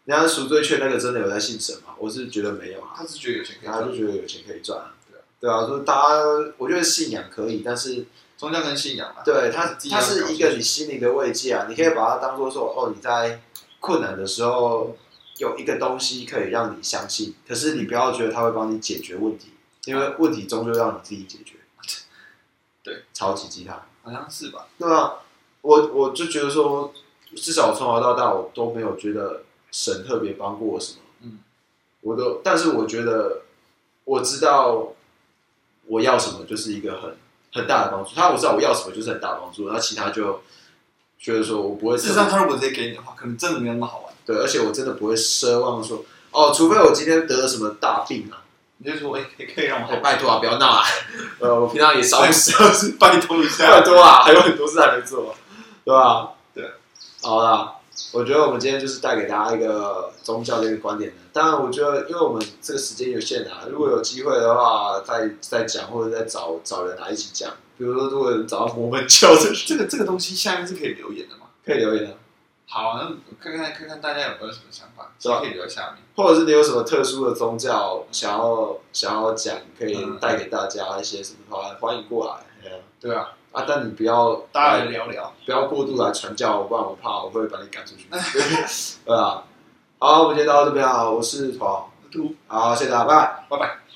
人家赎罪券那个真的有在信神吗？我是觉得没有啊，他是觉得有钱可以大家就赚，觉得有钱可以赚啊对啊。对啊，就是大家，我觉得信仰可以，但是宗教跟信仰啊，对它，自己它要是搞一个清你心灵的慰藉啊。你可以把它当做说，哦，你在困难的时候有一个东西可以让你相信，可是你不要觉得它会帮你解决问题，因为问题终究让你自己解决。对，超级鸡汤。好像是吧？对啊，我我就觉得说，至少我从小到大我都没有觉得神特别帮过我什么。嗯，我都，但是我觉得我知道我要什么，就是一个很很大的帮助。他我知道我要什么，就是很大的帮助。然后其他就觉得说我不会事特实别上，他如果直接给你的话，可能真的没有那么好玩，对，而且我真的不会奢望说哦，除非我今天得了什么大病啊，你就说，哎，可以可以让我好哎玩，拜托啊，不要闹啊。呃，我平常也少不少拜托一下，太多啊，还有很多事还没做，对吧、对，好啦，我觉得我们今天就是带给大家一个宗教的一个观点的。当然，我觉得因为我们这个时间有限啊，如果有机会的话，再再讲或者再找找人来一起讲。比如说，如果找到摩门教的，这个这个东西下面是可以留言的嘛？ 可以留言啊。好，那我看看看看大家有没有什么想法，是吧可以留在下面。或者是你有什么特殊的宗教想要想要讲，可以带给大家一些什么的话，欢迎过来。哎呀对啊，啊，但你不要大家来聊聊。不要过度来传教，不然我怕我会把你赶出去。对啊，好，我们今天到这边啊，我是黄，嘟，好，谢谢大家，拜拜。拜拜。